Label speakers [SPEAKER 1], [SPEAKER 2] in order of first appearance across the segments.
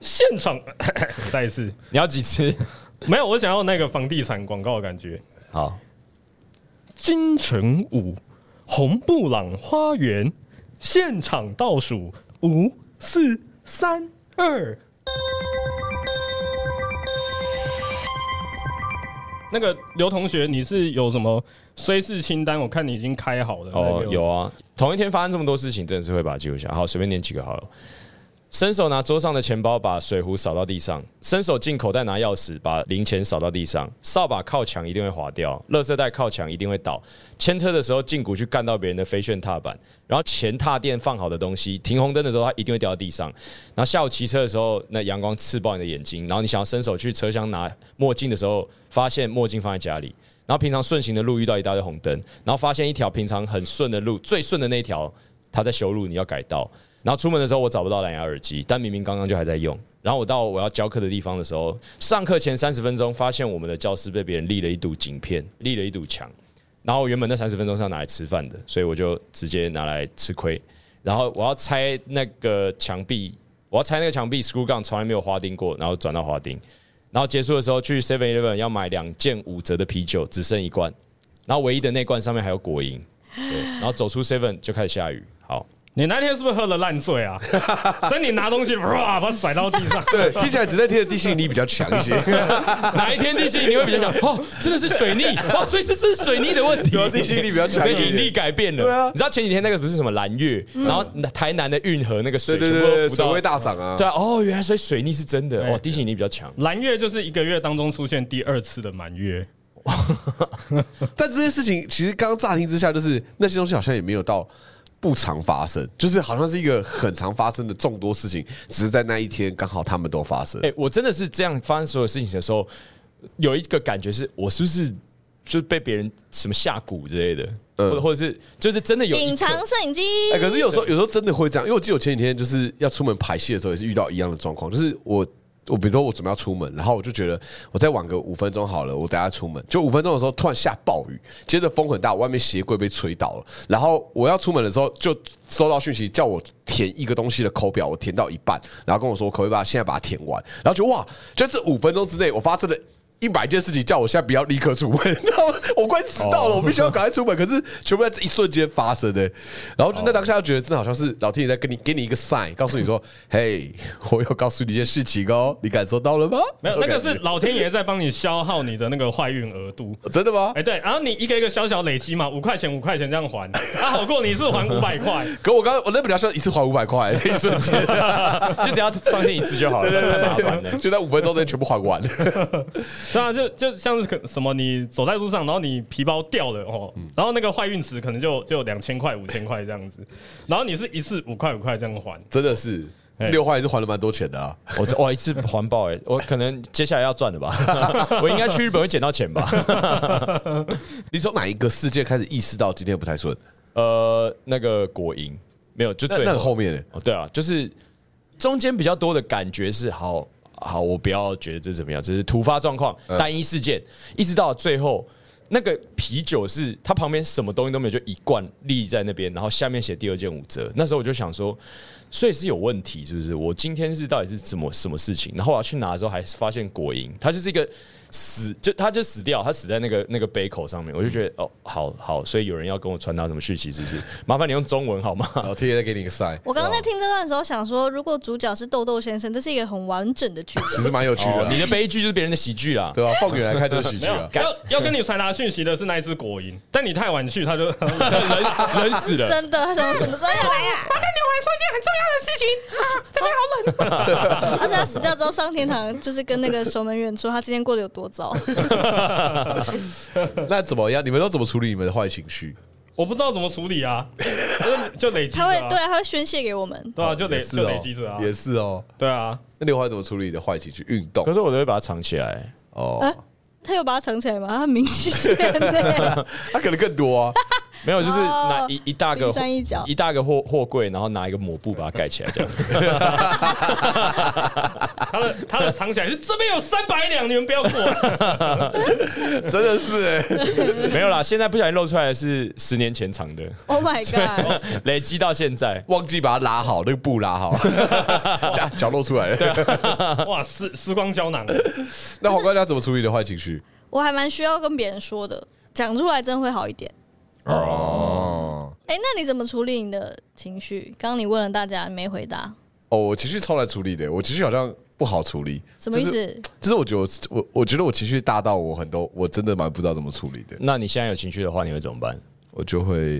[SPEAKER 1] 现场 我再一次，
[SPEAKER 2] 你要几次？
[SPEAKER 1] 没有，我想要那个房地产广告的感觉。
[SPEAKER 2] 好，
[SPEAKER 1] 金城武红布朗花园现场倒数五四三二。那个刘同学，你是有什么虽事清单？我看你已经开好了。
[SPEAKER 2] 哦
[SPEAKER 1] 来，给
[SPEAKER 2] 有
[SPEAKER 1] 我
[SPEAKER 2] 啊，同一天发生这么多事情，真的是会把它记录下来。好，随便念几个好了。伸手拿桌上的钱包，把水壶扫到地上；伸手进口袋拿钥匙，把零钱扫到地上；扫把靠墙一定会滑掉，垃圾袋靠墙一定会倒；牵车的时候胫骨去干到别人的飞旋踏板，然后前踏垫放好的东西，停红灯的时候它一定会掉到地上。然后下午骑车的时候，那阳光刺爆你的眼睛，然后你想要伸手去车厢拿墨镜的时候，发现墨镜放在家里。然后平常顺行的路遇到一大堆红灯，然后发现一条平常很顺的路，最顺的那一条，它在修路，你要改道。然后出门的时候我找不到蓝牙耳机，但明明刚刚就还在用。然后我到我要教课的地方的时候，上课前三十分钟发现我们的教室被别人立了一堵景片，立了一堵墙。然后原本那三十分钟是要拿来吃饭的，所以我就直接拿来吃亏。然后我要拆那个墙壁，我要拆那个墙壁，screw gun 从来没有花钉过，然后转到花钉。然后结束的时候去 Seven Eleven 要买两件五折的啤酒，只剩一罐，然后唯一的那罐上面还有果蝇。对，然后走出 Seven 就开始下雨。好，
[SPEAKER 1] 你那天是不是喝了烂醉 啊？所以你拿东西哇，把它甩到地上。
[SPEAKER 3] 对，听起来只在天的地心引力比较强一些，
[SPEAKER 2] 哪一天地心引力会比较强？哦，真的是水 逆哦，所以是是水逆的问题
[SPEAKER 3] 有。地心引力比较强，
[SPEAKER 2] 对引力。改变了，
[SPEAKER 3] 对啊
[SPEAKER 2] 你知道前几天那个不是什么蓝月，然后台南的运河那个
[SPEAKER 3] 对
[SPEAKER 2] 水
[SPEAKER 3] 对
[SPEAKER 2] 全
[SPEAKER 3] 对
[SPEAKER 2] 部都
[SPEAKER 3] 对，
[SPEAKER 2] 浮
[SPEAKER 3] 水
[SPEAKER 2] 到
[SPEAKER 3] 位，大涨啊！
[SPEAKER 2] 对啊，哦，原来所以水逆是真的，哦
[SPEAKER 1] 对
[SPEAKER 2] 哇，地心引力比较强，
[SPEAKER 1] 蓝月就是一个月当中出现第二次的满月，
[SPEAKER 3] 但这些事情其实刚刚乍听之下，就是那些东西好像也没有到不常发生，就是好像是一个很常发生的众多事情，只是在那一天刚好他们都发生。
[SPEAKER 2] 哎、我真的是这样发生所有事情的时候，有一个感觉是我是不是就被别人什么下蛊之类的，或、
[SPEAKER 3] 嗯
[SPEAKER 2] 者或者是就是真的有一
[SPEAKER 4] 隐
[SPEAKER 2] 刻
[SPEAKER 4] 藏摄影机，
[SPEAKER 3] 哎、可是有时候有时候真的会这样，因为我记得我前几天就是要出门排戏的时候，也是遇到一样的状况，就是我我比如说我准备要出门，然后我就觉得我再晚个五分钟好了，我等下出门，就五分钟的时候突然下暴雨，接着风很大，我外面鞋柜被吹倒了，然后我要出门的时候就收到讯息叫我填一个东西的口表，我填到一半，然后跟我说我可不可以把它现在把它填完，然后就哇，就这五分钟之内我发生了。一百件事情叫我现在不要立刻出门，然后我快迟到了，我必须要赶快出门。可是全部在这一瞬间发生的、然后就那当下就觉得真的好像是老天爷在跟你给你一个 sign，告诉你说：“嘿， 我有告诉你一件事情哦，你感受到了吗？”
[SPEAKER 1] 没有那个
[SPEAKER 3] 这种
[SPEAKER 1] 是老天爷在帮你消耗你的那个坏运额度。
[SPEAKER 3] 感觉真的吗
[SPEAKER 1] 哎、？对，然后你一个一个小小累积嘛，五块钱五块钱这样还，啊，好过你是还五百 块，
[SPEAKER 3] 可我刚刚我那本来说一次还五百块，那一瞬间，
[SPEAKER 2] 就只要上线一次就好了，太麻烦了。
[SPEAKER 3] 就在五分钟内全部还完。
[SPEAKER 1] 是啊，就就像是可什么，你走在路上，然后你皮包掉了哦，
[SPEAKER 3] 嗯
[SPEAKER 1] 然后那个坏运值可能就就两千块五千块这样子，然后你是一次五块五块这样还，
[SPEAKER 3] 真的是
[SPEAKER 1] 哎
[SPEAKER 3] 六换也是还了蛮多钱的啊。
[SPEAKER 2] 我这哇一次环保哎、我可能接下来要赚的吧， 我应该去日本会捡到钱吧。
[SPEAKER 3] 你从哪一个世界开始意识到今天不太顺？
[SPEAKER 2] 呃，那个果蝇没有，就
[SPEAKER 3] 那
[SPEAKER 2] 最
[SPEAKER 3] 那很后面呢？
[SPEAKER 2] 哦，对啊，就是中间比较多的感觉是好好，我不要觉得这怎么样，这是突发状况、单一事件，一直到最后那个啤酒是它旁边什么东西都没有，就一罐立在那边，然后下面写第二件五折。那时候我就想说，所以是有问题，是不是？我今天是到底是怎么什么事情？然后我要去拿的时候，还发现果蝇，它就是一个死，就它就死掉，它死在那个那个杯口上面。我就觉得哦，好好，所以有人要跟我传达什么讯息，是不是？麻烦你用中文好吗？
[SPEAKER 3] 老天爷在给你一个 sign，
[SPEAKER 4] 我刚刚在听这段的时候想说，如果主角是豆豆先生，这是一个很完整的剧情。
[SPEAKER 3] 其实蛮有趣的
[SPEAKER 2] 哦，你
[SPEAKER 3] 啊，
[SPEAKER 2] 的悲剧就是别人的喜剧啊啦。
[SPEAKER 3] 对吧？放远来看就是喜剧
[SPEAKER 1] 没有
[SPEAKER 3] 啊。
[SPEAKER 1] 要要跟你传达讯息的是那一只果 蝇，但你太晚去，他就 人人死了。
[SPEAKER 4] 真的，他想什么时候要来呀、
[SPEAKER 1] 啊
[SPEAKER 4] 啊？我跟你们说一件很重要的事情啊，这边好冷。而且他死掉之后上天堂，就是跟那个守门员说他今天过得有多糟。
[SPEAKER 3] 那怎么样？你们都怎么处理你们的坏情绪？
[SPEAKER 1] 我不知道怎么处理 啊，就就累积、
[SPEAKER 4] 他
[SPEAKER 1] 啊，
[SPEAKER 4] 会对、啊，他会宣泄给我们。
[SPEAKER 1] 对啊，就累、
[SPEAKER 3] 也是
[SPEAKER 1] 就累
[SPEAKER 3] 哦
[SPEAKER 1] 积着啊，，
[SPEAKER 3] 也是哦。
[SPEAKER 1] 对啊，
[SPEAKER 3] 那六花怎么处理你的坏情绪？运动
[SPEAKER 4] 呃
[SPEAKER 2] 可是我都会把它藏起来。
[SPEAKER 3] 哦
[SPEAKER 4] 啊，他有把它藏起来吗？他明显的
[SPEAKER 3] 他可能更多啊。
[SPEAKER 2] 没有，就是
[SPEAKER 4] 哦
[SPEAKER 2] 拿一一大个
[SPEAKER 4] 冰山一角
[SPEAKER 2] 一大个 货货柜，然后拿一个抹布把它盖起来，这样。
[SPEAKER 1] 他的他的藏起来是这边有三百两，你们不要过。
[SPEAKER 3] 真的是哎、
[SPEAKER 2] 没有啦，现在不小心露出来的是十年前藏的，
[SPEAKER 4] Oh my god！
[SPEAKER 2] 累积到现在。
[SPEAKER 3] 忘记把它拉好，那个布拉好， 脚脚露出来了。对啊，
[SPEAKER 1] 哇，时时光胶囊，
[SPEAKER 3] 那黄瓜家怎么处理你的坏情绪？
[SPEAKER 4] 我还蛮需要跟别人说的，讲出来真会好一点。哦，哎，那你怎么处理你的情绪？刚刚你问了大家，你没回答，
[SPEAKER 3] 哦，我情绪超难处理的，欸我情绪好像不好处理。
[SPEAKER 4] 什么意
[SPEAKER 3] 就是？
[SPEAKER 4] 思？
[SPEAKER 3] 就是我觉得我我我觉得我情绪大到我很多，我真的蛮不知道怎么处理的，
[SPEAKER 2] 那你现在有情绪的话，你会怎么办？
[SPEAKER 3] 我就会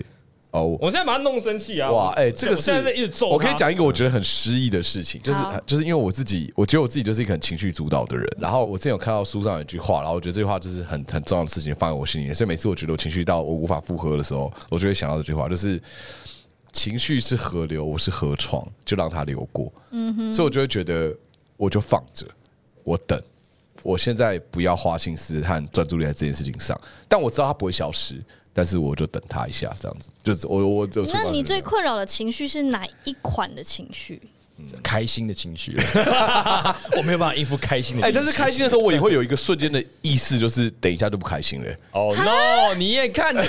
[SPEAKER 3] 哦。我
[SPEAKER 1] 我现在把他弄生气啊！
[SPEAKER 3] 哇，
[SPEAKER 1] 我
[SPEAKER 3] 哎、这个
[SPEAKER 1] 我
[SPEAKER 3] 是
[SPEAKER 1] 现在在一直揍他
[SPEAKER 3] 我可以讲一个我觉得很失意的事情，就是
[SPEAKER 4] 好
[SPEAKER 3] 就是因为我自己，我觉得我自己就是一个很情绪主导的人。然后我之前有看到书上有一句话，然后我觉得这句话就是很很重要的事情放在我心里面，所以每次我觉得我情绪到我无法负荷的时候，我就会想到这句话，就是情绪是河流，我是河床，就让它流过。嗯哼，所以我就会觉得我就放着，我等。我现在不要花心思和专注力在这件事情上，但我知道它不会消失，但是我就等它一下，这样子。就是我我就
[SPEAKER 4] 那你最困扰的情绪是哪一款的情绪？
[SPEAKER 2] 开心的情绪，嗯 我没有办法应付开心的
[SPEAKER 3] 哎、
[SPEAKER 2] 情绪。
[SPEAKER 3] 但是开心的时候，我也会有一个瞬间的意识，就是等一下就不开心了、
[SPEAKER 2] 哦、no！你也 看，哎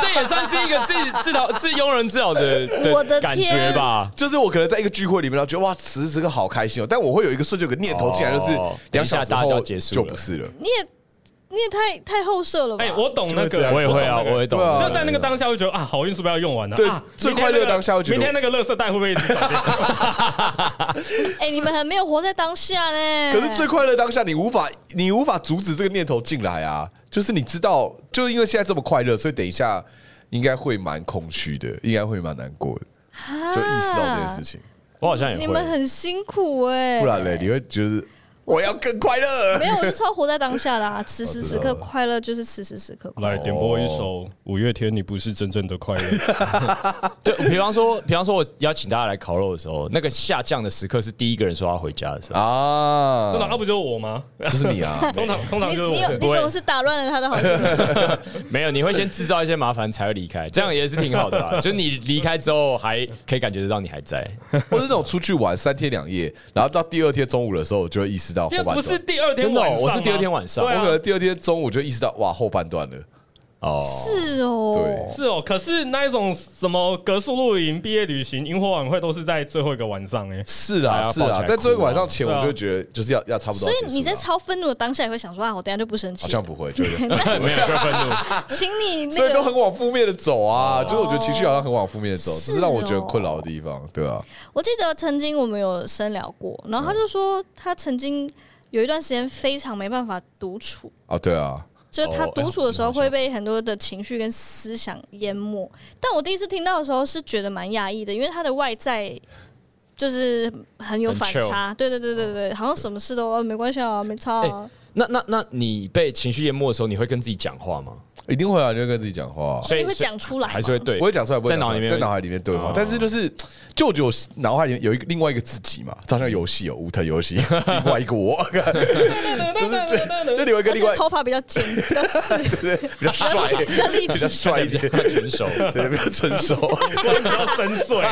[SPEAKER 2] 这也算是一个自自导自庸人自扰的
[SPEAKER 4] 我
[SPEAKER 2] 的
[SPEAKER 4] 的天
[SPEAKER 2] 感觉吧？
[SPEAKER 3] 就是我可能在一个聚会里面，然后觉得哇，此时此刻好开心哦、但我会有一个瞬间有个念头进来，就是
[SPEAKER 2] 哦
[SPEAKER 3] 两小时
[SPEAKER 2] 等一下大家就
[SPEAKER 3] 后
[SPEAKER 2] 要结束
[SPEAKER 3] 就
[SPEAKER 2] 了
[SPEAKER 3] 不是了。
[SPEAKER 4] 你也你也太太后设了吧？
[SPEAKER 1] 哎，我懂那
[SPEAKER 3] 就会这
[SPEAKER 1] 个，
[SPEAKER 3] 样
[SPEAKER 2] 我也会啊，
[SPEAKER 1] 懂那个
[SPEAKER 2] 我也懂。
[SPEAKER 3] 对啊
[SPEAKER 1] 就在那个当下会觉得啊，好运是不是要用完了？
[SPEAKER 3] 对
[SPEAKER 1] 啊
[SPEAKER 3] 最
[SPEAKER 1] 明天那个
[SPEAKER 3] 快乐当下会觉得
[SPEAKER 1] 明天那个垃圾袋会不会一直转变？
[SPEAKER 4] 哎、你们很没有活在当下呢。
[SPEAKER 3] 可是最快乐当下，你无法你无法阻止这个念头进来啊！就是你知道，就是因为现在这么快乐，所以等一下应该会蛮空虚的，应该会蛮难过的，就意识到这件事情。
[SPEAKER 2] 我好像也
[SPEAKER 4] 啊你
[SPEAKER 2] 会
[SPEAKER 4] 们。很辛苦哎、
[SPEAKER 2] 啊
[SPEAKER 3] 不然嘞，你会觉得我要更快乐。
[SPEAKER 4] 没有，我就超活在当下 啦、此时此刻快乐就是此时此刻快乐。
[SPEAKER 1] 来点播一首五月天，你不是真正的快乐。
[SPEAKER 2] 对， 比方说，比方说，我邀请大家来烤肉的时候，那个下降的时刻是第一个人说要回家的时候。
[SPEAKER 3] 啊，
[SPEAKER 1] 通常啊，不就是我吗？
[SPEAKER 3] 就是你啊，
[SPEAKER 1] 通常通常
[SPEAKER 4] 你
[SPEAKER 1] 就是
[SPEAKER 4] 你有
[SPEAKER 1] 我。
[SPEAKER 4] 你总是打乱了他的好心情，
[SPEAKER 2] 没有，你会先制造一些麻烦才会离开，这样也是挺好的啊 啦。就你离开之后，还可以感觉得到你还在。
[SPEAKER 3] 或是那种出去玩三天两夜，然后到第二天中午的时候，我就会意识到
[SPEAKER 1] 因
[SPEAKER 3] 后
[SPEAKER 1] 为
[SPEAKER 3] 半
[SPEAKER 1] 不是
[SPEAKER 3] 段。
[SPEAKER 1] 第二天
[SPEAKER 2] 真的哦
[SPEAKER 1] 晚上吗，
[SPEAKER 2] 我是第二天晚上
[SPEAKER 1] 对
[SPEAKER 3] 我
[SPEAKER 1] 啊
[SPEAKER 3] 可能第二天中午就意识到，哇，后半段了。
[SPEAKER 2] 哦，
[SPEAKER 4] 是哦。
[SPEAKER 3] 对
[SPEAKER 1] 是哦，可是那一种什么格数露营、毕业旅行、萤火晚会，都是在最后一个晚上哎、
[SPEAKER 3] 是
[SPEAKER 2] 哎呀
[SPEAKER 3] 啊，是
[SPEAKER 2] 抱起
[SPEAKER 3] 啊
[SPEAKER 2] 来，
[SPEAKER 3] 但
[SPEAKER 2] 哭
[SPEAKER 3] 最后一
[SPEAKER 2] 啊
[SPEAKER 3] 个晚上前，
[SPEAKER 1] 对啊
[SPEAKER 3] 我就会觉得就是要要差不多
[SPEAKER 4] 所
[SPEAKER 3] 要结束
[SPEAKER 4] 以
[SPEAKER 3] 了。
[SPEAKER 4] 你在超愤怒的当下，也会想说啊，我等一下就不生气
[SPEAKER 3] 好
[SPEAKER 4] 了。
[SPEAKER 3] 像不会，就是，
[SPEAKER 2] 没有这愤怒。
[SPEAKER 4] 请你那
[SPEAKER 3] 所以都
[SPEAKER 4] 个
[SPEAKER 3] 很，往负面的走啊。就是我觉得情绪好像很往负面的走，这
[SPEAKER 4] 是
[SPEAKER 3] 是让我觉得
[SPEAKER 4] 哦
[SPEAKER 3] 困扰的地方，对啊。
[SPEAKER 4] 我记得曾经我们有深聊过，然后他就说他曾经有一段时间非常没办法独处，
[SPEAKER 3] 啊，对啊，
[SPEAKER 4] 就是他
[SPEAKER 2] 哦哎
[SPEAKER 4] 独处的时候
[SPEAKER 2] 好像
[SPEAKER 4] 会被很多的情绪跟思想淹没。但我第一次听到的时候是觉得蛮讶异的，因为他的外在就是很有
[SPEAKER 2] 很
[SPEAKER 4] 反
[SPEAKER 2] chill
[SPEAKER 4] 差。对对对对对，好像什么事都、哦没关系啊，没差啊。
[SPEAKER 2] 那那那你被情绪淹没的时候，你会跟自己讲话吗？
[SPEAKER 3] 一定会啊，你会跟自己讲话啊。
[SPEAKER 4] 所以哦你会讲出来吗
[SPEAKER 2] 还是会对？
[SPEAKER 3] 我会讲出来，不会
[SPEAKER 2] 在
[SPEAKER 3] 讲出
[SPEAKER 2] 脑
[SPEAKER 3] 来
[SPEAKER 2] 里面
[SPEAKER 3] 在脑海里面对话。但是就是，就我觉得我脑海里面有一个另外一个自己嘛，就好像游戏有无藤游戏，另外一个我，就是就就你会
[SPEAKER 4] 而
[SPEAKER 3] 跟另
[SPEAKER 4] 且
[SPEAKER 3] 外
[SPEAKER 4] 头发比较尖，比较细，
[SPEAKER 3] 对 比较帅，
[SPEAKER 4] 比较立
[SPEAKER 3] 比
[SPEAKER 4] 体
[SPEAKER 3] 较。帅一点，
[SPEAKER 2] 成 熟。
[SPEAKER 3] 对，比较成熟。
[SPEAKER 1] 个人比较深邃，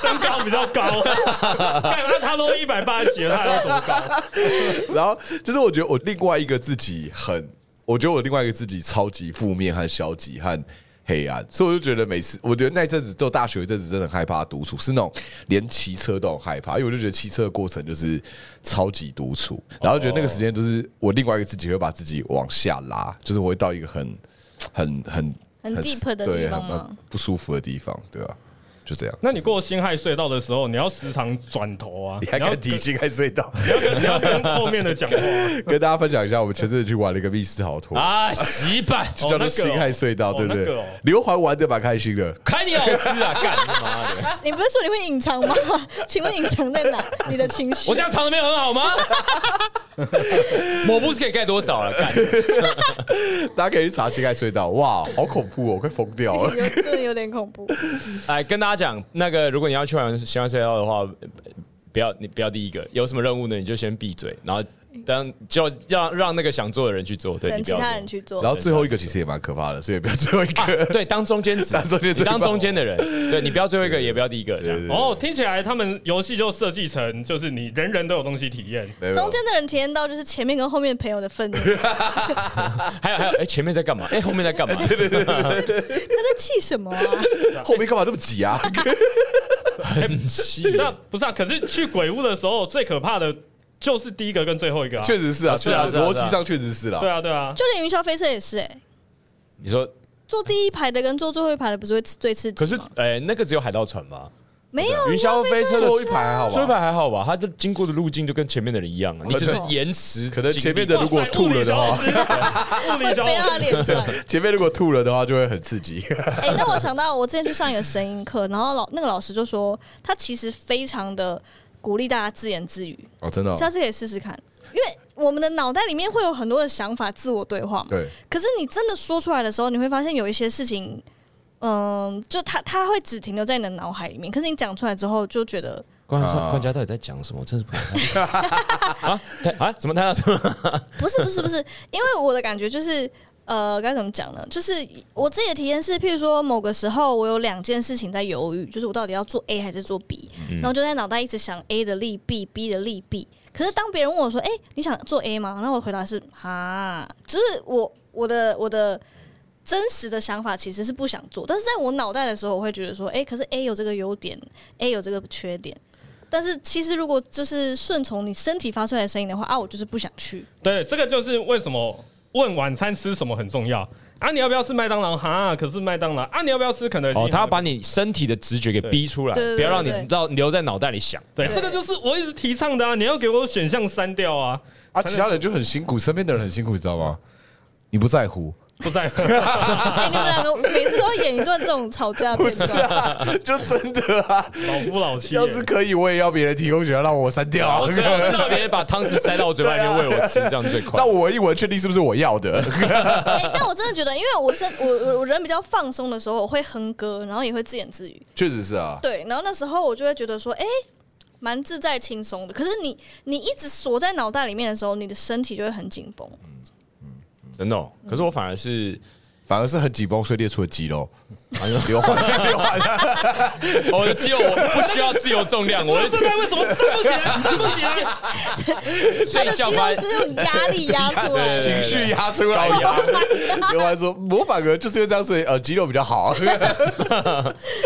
[SPEAKER 1] 身高比较 高。看他他都一百八十几了，他还要多高？
[SPEAKER 3] 然后就是我觉得我另外一个自己很，我觉得我另外一个自己超级负面和消极和。黑暗，所以我就觉得每次，我觉得那一阵子，就大学一阵子，真的很害怕独处，是那种连骑车都很害怕，因为我就觉得骑车的过程就是超级独处，然后觉得那个时间就是我另外一个自己会把自己往下拉，就是我会到一个很、很、很、
[SPEAKER 4] 很 deep 的地
[SPEAKER 3] 对
[SPEAKER 4] 方啊
[SPEAKER 3] 很
[SPEAKER 4] 吗
[SPEAKER 3] 很不舒服的地方，对吧、就这样。
[SPEAKER 1] 那你过辛亥隧道的时候，你要时常转头啊，
[SPEAKER 3] 你还
[SPEAKER 1] 要
[SPEAKER 3] 敢提膝盖隧道？
[SPEAKER 1] 你要跟你要跟后面的讲 话。
[SPEAKER 3] 跟大家分享一下，我们前阵子去玩了一个密室逃脱，
[SPEAKER 2] 啊，洗版，
[SPEAKER 3] 就叫做辛亥隧道，
[SPEAKER 1] 哦
[SPEAKER 3] 对不
[SPEAKER 1] 那
[SPEAKER 3] 对
[SPEAKER 1] 个哦？
[SPEAKER 3] 刘环玩的蛮开心的，
[SPEAKER 2] 开你老师啊！干你妈的！
[SPEAKER 4] 你不是说你会隐藏吗？ 请问隐藏在哪？你的情绪？
[SPEAKER 2] 我这样藏的没有很好 吗？抹布是可以盖多少了？啊干
[SPEAKER 3] 大家可以去查辛亥隧道，哇，好恐怖哦，快疯掉了。
[SPEAKER 4] 有真的有点恐怖。
[SPEAKER 2] 来跟大家讲，那个如果你要去玩《星光隧道》的话，呃不要你不要第一个，有什么任务呢？你就先闭嘴，然后但就让让那个想做的人去做，对
[SPEAKER 4] 等
[SPEAKER 2] 你不
[SPEAKER 4] 其
[SPEAKER 2] 要做
[SPEAKER 4] 他人去做
[SPEAKER 3] 然。后最后一个其实也蛮可怕的，所以不要最后一
[SPEAKER 2] 啊
[SPEAKER 3] 个。
[SPEAKER 2] 对，当中间值，
[SPEAKER 3] 当中间值
[SPEAKER 2] 你当中间的人，对你不要最后一个，也不要第一个，这样。
[SPEAKER 1] 哦，听起来他们游戏就设计成就是你人人都有东西体验，
[SPEAKER 3] 没有
[SPEAKER 4] 中间的人体验到就是前面跟后面朋友 的愤怒，他
[SPEAKER 2] 还有还有，哎，前面在干嘛？哎，后面在 干嘛？
[SPEAKER 4] 在气什么啊？
[SPEAKER 3] 后面干嘛这么挤啊？
[SPEAKER 2] 很气。
[SPEAKER 1] 那不是啊？可是去鬼屋的时候，最可怕的就是第一个跟最后一个啊。
[SPEAKER 3] 确实是啊，
[SPEAKER 2] 啊
[SPEAKER 3] 是
[SPEAKER 2] 是啊
[SPEAKER 3] 啊，
[SPEAKER 2] 是啊
[SPEAKER 3] 逻辑上确实是啦
[SPEAKER 1] 对。啊，对 啊，
[SPEAKER 4] 就连云霄飞车也是哎、
[SPEAKER 2] 你说，
[SPEAKER 4] 坐第一排的跟坐最后一排的不是会最刺激
[SPEAKER 2] 可是
[SPEAKER 4] 吗
[SPEAKER 2] 哎，那个只有海盗船吧？
[SPEAKER 4] 没有
[SPEAKER 2] 云霄飞车
[SPEAKER 3] 最
[SPEAKER 2] 的
[SPEAKER 3] 后一排还好吧？
[SPEAKER 2] 最后一排还好吧？它就经过的路径就跟前面的人一样啊，你只是延迟经历，
[SPEAKER 3] 可能前面的如果
[SPEAKER 1] 哇塞
[SPEAKER 3] 吐了的话，
[SPEAKER 1] 物理
[SPEAKER 4] 会
[SPEAKER 1] 小老师物理小
[SPEAKER 4] 飞到
[SPEAKER 1] 老
[SPEAKER 4] 他
[SPEAKER 1] 师
[SPEAKER 4] 脸上。
[SPEAKER 3] 前面如果吐了的话，就会很刺激。
[SPEAKER 4] 哎、那我想到我之前去上一个声音课，然后老那个老师就说，他其实非常的鼓励大家自言自语，
[SPEAKER 3] 哦，真的哦
[SPEAKER 4] 下次可以试试看，因为我们的脑袋里面会有很多的想法自我对话嘛。
[SPEAKER 3] 对，
[SPEAKER 4] 可是你真的说出来的时候，你会发现有一些事情，嗯，就它它会只停留在你的脑海里面。可是你讲出来之后，就觉得
[SPEAKER 2] 关
[SPEAKER 3] 啊
[SPEAKER 2] 家关家到底在讲什么？真是不太 啊他啊什么他什么？
[SPEAKER 4] 不是不是不是，因为我的感觉就是。呃，该怎么讲呢？就是我自己的体验是，譬如说某个时候我有两件事情在犹豫，就是我到底要做 A 还是做 B，、然后就在脑袋一直想 A 的利弊，B 的利弊。可是当别人问我说：“哎、你想做 A 吗？”那我回答是：“哈，就是我我的我的真实的想法其实是不想做，但是在我脑袋的时候，我会觉得说：哎、可是 A 有这个优点，A 有这个缺点。但是其实如果就是顺从你身体发出来的声音的话，啊，我就是不想去。
[SPEAKER 1] 对，这个就是为什么问晚餐吃什么很重要啊！你要不要吃麦当劳？哈，可是麦当劳啊，你要不要吃肯德基？
[SPEAKER 2] 哦，他要
[SPEAKER 1] 哈
[SPEAKER 2] 把你身体的直觉给逼出来，
[SPEAKER 4] 对对对
[SPEAKER 2] 不要让你
[SPEAKER 4] 对
[SPEAKER 2] 到留在脑袋里想。
[SPEAKER 1] 对，
[SPEAKER 4] 对
[SPEAKER 1] 这个就是我一直提倡的啊！你要给我选项删掉啊！
[SPEAKER 3] 啊，其他人就很辛苦，身边的人很辛苦，你知道吗？你不在乎，
[SPEAKER 1] 不在乎，
[SPEAKER 4] 哎、你们两个每次都要演一段这种吵架片段，
[SPEAKER 3] 啊就真的啊！
[SPEAKER 1] 老夫老妻耶。
[SPEAKER 3] 要是可以，我也要别人提供选项让我删掉啊。
[SPEAKER 2] 我 最好是直接把汤匙塞到我嘴巴里面喂啊我吃，这样最快
[SPEAKER 3] 那。我一闻，确定是不是我要的？
[SPEAKER 4] 哎、但我真的觉得，因为我身我我我人比较放松的时候，我会哼歌，然后也会自言自语，
[SPEAKER 3] 确实是啊，
[SPEAKER 4] 对，然后那时候我就会觉得说，哎、蛮自在轻松的。可是你你一直锁在脑袋里面的时候，你的身体就会很紧绷。
[SPEAKER 2] 真的哦，可是我反而是
[SPEAKER 3] 反而是很紧绷，所以裂出了肌肉， 流汗，流汗。
[SPEAKER 2] 哦我的肌肉我不需要自由重量，我
[SPEAKER 1] 我现在为什么站不起来？站不起来！
[SPEAKER 4] 他
[SPEAKER 2] 睡
[SPEAKER 4] 的肌
[SPEAKER 2] 觉发
[SPEAKER 4] 肉是用压力压 出来的。
[SPEAKER 3] 情绪压出来，
[SPEAKER 2] 高压
[SPEAKER 3] 刘欢说：“我反而就是因为这样，所以呃，肌肉比较好。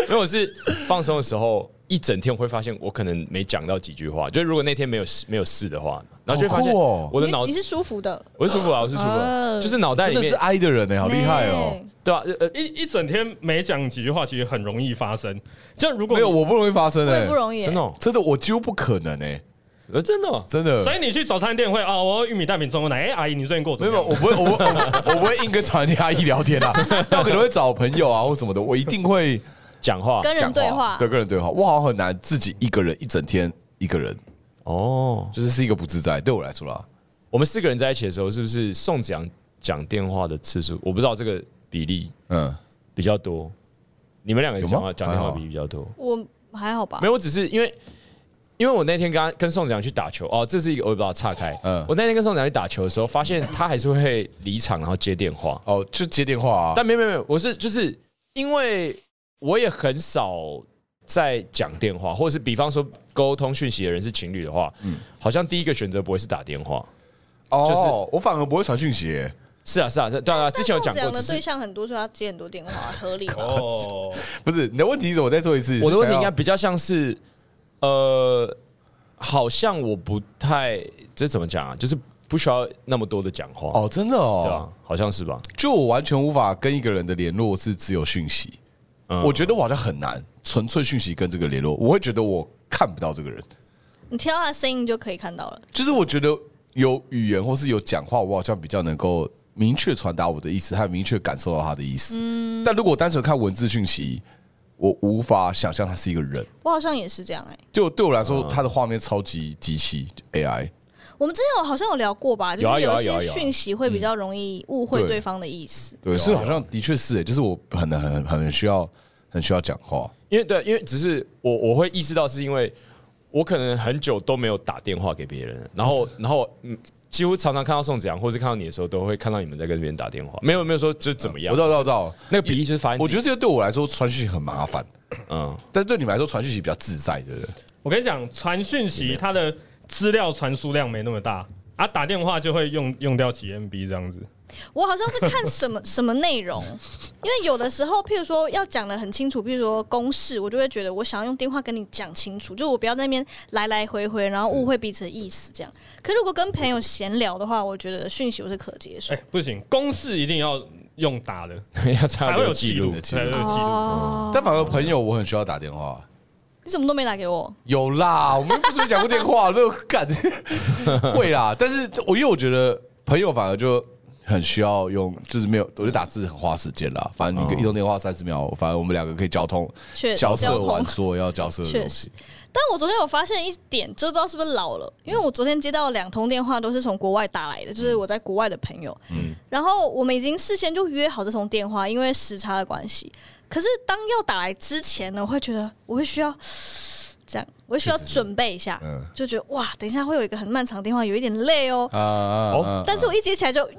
[SPEAKER 2] 因为我是放松的时候，一整天我会发现我可能没讲到几句话，就是如果那天没有事没有事的话，然后就会发现
[SPEAKER 3] 好酷哦
[SPEAKER 2] 我的
[SPEAKER 4] 你
[SPEAKER 2] 脑
[SPEAKER 4] 你是舒服的，
[SPEAKER 2] 我是舒服啊，我是舒服啊，
[SPEAKER 4] 哦
[SPEAKER 2] 就是脑袋
[SPEAKER 3] 真
[SPEAKER 2] 里
[SPEAKER 3] 的是
[SPEAKER 2] 面
[SPEAKER 3] 哀的人呢，好厉害哦！
[SPEAKER 4] 呢！
[SPEAKER 2] 对啊，呃，
[SPEAKER 1] 一一整天没讲几句话，其实很容易发生。就如果
[SPEAKER 3] 没有，我不容易发生
[SPEAKER 4] 我
[SPEAKER 3] 哎
[SPEAKER 4] 也不，容易、
[SPEAKER 2] 真的哦，
[SPEAKER 3] 真的我几乎不可能哎，
[SPEAKER 2] 呃真的哦，
[SPEAKER 3] 真的。
[SPEAKER 1] 所以你去早餐店会哦，我要玉米蛋饼、中国奶。哎、阿姨，你最近过得
[SPEAKER 3] 没
[SPEAKER 1] 怎么
[SPEAKER 3] 有，
[SPEAKER 1] 样？
[SPEAKER 3] 我不会，我不会，我我不会硬跟朝天阿姨聊天啊，但我可能会找朋友啊或什么的，我一定会
[SPEAKER 2] 讲话
[SPEAKER 4] 跟人
[SPEAKER 3] 讲
[SPEAKER 4] 对话，
[SPEAKER 3] 对，跟人对话。我好像很难自己一个人一整天一个人，
[SPEAKER 2] 哦。
[SPEAKER 3] 就是是一个不自在，对我来说啦。
[SPEAKER 2] 我们四个人在一起的时候，是不是宋子阳讲电话的次数？我不知道这个比例
[SPEAKER 3] 嗯，
[SPEAKER 2] 比较多，你们两个
[SPEAKER 3] 有吗
[SPEAKER 2] 讲话讲电
[SPEAKER 3] 还
[SPEAKER 2] 话
[SPEAKER 3] 好
[SPEAKER 2] 比例比较多。
[SPEAKER 4] 我还好吧
[SPEAKER 2] 没。有，我只是因为因为我那天跟他跟宋子阳去打球，哦，这是一个我也不知道岔开。
[SPEAKER 3] 嗯
[SPEAKER 2] 嗯，我那天跟宋子阳去打球的时候，发现他还是会离场然后接电话，
[SPEAKER 3] 哦，就接电话啊。
[SPEAKER 2] 但没有没有没有，我是就是因为我也很少在讲电话，或者是比方说沟通讯息的人是情侣的话，好像第一个选择不会是打电话。
[SPEAKER 3] 哦，我反而不会传讯息耶，
[SPEAKER 2] 是啊是啊，是啊对啊，
[SPEAKER 4] 但
[SPEAKER 2] 之前有讲过，
[SPEAKER 4] 宋子阳
[SPEAKER 2] 只
[SPEAKER 4] 的
[SPEAKER 2] 是
[SPEAKER 4] 对象很多，所以他接很多电话，合理吧？
[SPEAKER 1] 哦，
[SPEAKER 3] 不是你的问题是什么？我再说一次，
[SPEAKER 2] 我的问题应该
[SPEAKER 3] 是
[SPEAKER 2] 比较像是，呃，好像我不太这怎么讲啊，就是不需要那么多的讲话
[SPEAKER 3] 想要哦，真的
[SPEAKER 2] 对啊，，
[SPEAKER 3] 哦
[SPEAKER 2] 好像是吧？
[SPEAKER 3] 就我完全无法跟一个人的联络是只有讯息，
[SPEAKER 2] 嗯
[SPEAKER 3] 我觉得我好像很难纯粹讯息跟这个联络，我会觉得我看不到这个人，
[SPEAKER 4] 你听到他的声音就可以看到了。
[SPEAKER 3] 就是我觉得有语言或是有讲话，我好像比较能够明确传达我的意思，还有明确感受到他的意思。但如果单纯看文字讯息，我无法想象他是一个人。
[SPEAKER 4] 我好像也是这样哎、
[SPEAKER 3] 就对我来说，他的画面超级机器 AI，
[SPEAKER 4] 我们之前有好像有聊过吧，就
[SPEAKER 2] 有啊
[SPEAKER 4] 是
[SPEAKER 2] 有啊
[SPEAKER 4] 一
[SPEAKER 2] 有啊
[SPEAKER 4] 些
[SPEAKER 2] 有啊
[SPEAKER 4] 讯息会比较容易误会
[SPEAKER 3] 对
[SPEAKER 4] 对方的意思。
[SPEAKER 3] 对，所以好像的确是、欸，就是我很很很很需要很需要讲话。
[SPEAKER 2] 啊因为对，因为只是我我会意识到，是因为我可能很久都没有打电话给别人，然 后然后嗯，几乎常常看到宋子阳或是看到你的时候，都会看到你们在跟别人打电话，没有没有说就怎么样，
[SPEAKER 3] 我知道，我知道，我知道。
[SPEAKER 2] 那个比例就是发现
[SPEAKER 3] 我觉
[SPEAKER 2] 得
[SPEAKER 3] 得这个对我来说传讯息很麻烦，
[SPEAKER 2] 嗯，
[SPEAKER 3] 但是对你们来说传讯息比较自在，对不对？
[SPEAKER 1] 我跟你讲，传讯息它的资料传输量没那么大啊，打电话就会用用掉几 MB 这样子。
[SPEAKER 4] 我好像是看 什么什么内容，因为有的时候，譬如说要讲的很清楚，譬如说公式，我就会觉得我想要用电话跟你讲清楚，就我不要在那边来来回回，然后误会彼此的意思这样。可如果跟朋友闲聊的话，我觉得讯息我是可接受
[SPEAKER 1] 哎、。不行，公式一定要用打的，
[SPEAKER 2] 要才
[SPEAKER 1] 才
[SPEAKER 2] 会
[SPEAKER 1] 会有
[SPEAKER 2] 有
[SPEAKER 1] 记
[SPEAKER 2] 记
[SPEAKER 1] 录
[SPEAKER 2] 录，，
[SPEAKER 1] 才会有记录。
[SPEAKER 4] 哦，
[SPEAKER 3] 但反而朋友我很需要打电话，
[SPEAKER 4] 你怎么都没打给我？
[SPEAKER 3] 有啦，我们不是没讲过电话，没有干， 会啦。但是我因为我觉得朋友反而就很需要用，就是没有，我就打字很花时间啦。反正你一个移动电话三十秒，反正我们两个可以交通
[SPEAKER 4] 确
[SPEAKER 3] 交
[SPEAKER 4] 交
[SPEAKER 3] 涉
[SPEAKER 4] 通
[SPEAKER 3] 完所有要交涉的
[SPEAKER 4] 确
[SPEAKER 3] 东
[SPEAKER 4] 实
[SPEAKER 3] 西。，
[SPEAKER 4] 但我昨天有发现一点，就不知道是不是老了，因为我昨天接到两通电话都是从国外打来的，就是我在国外的朋友，然后我们已经事先就约好这通电话，因为时差的关系。可是当要打来之前呢，我会觉得我会需要这样，我会需要准备一下，就觉得哇，等一下会有一个很漫长的电话，有一点累哦。
[SPEAKER 3] 啊啊啊！
[SPEAKER 4] 但是我一接起来就哟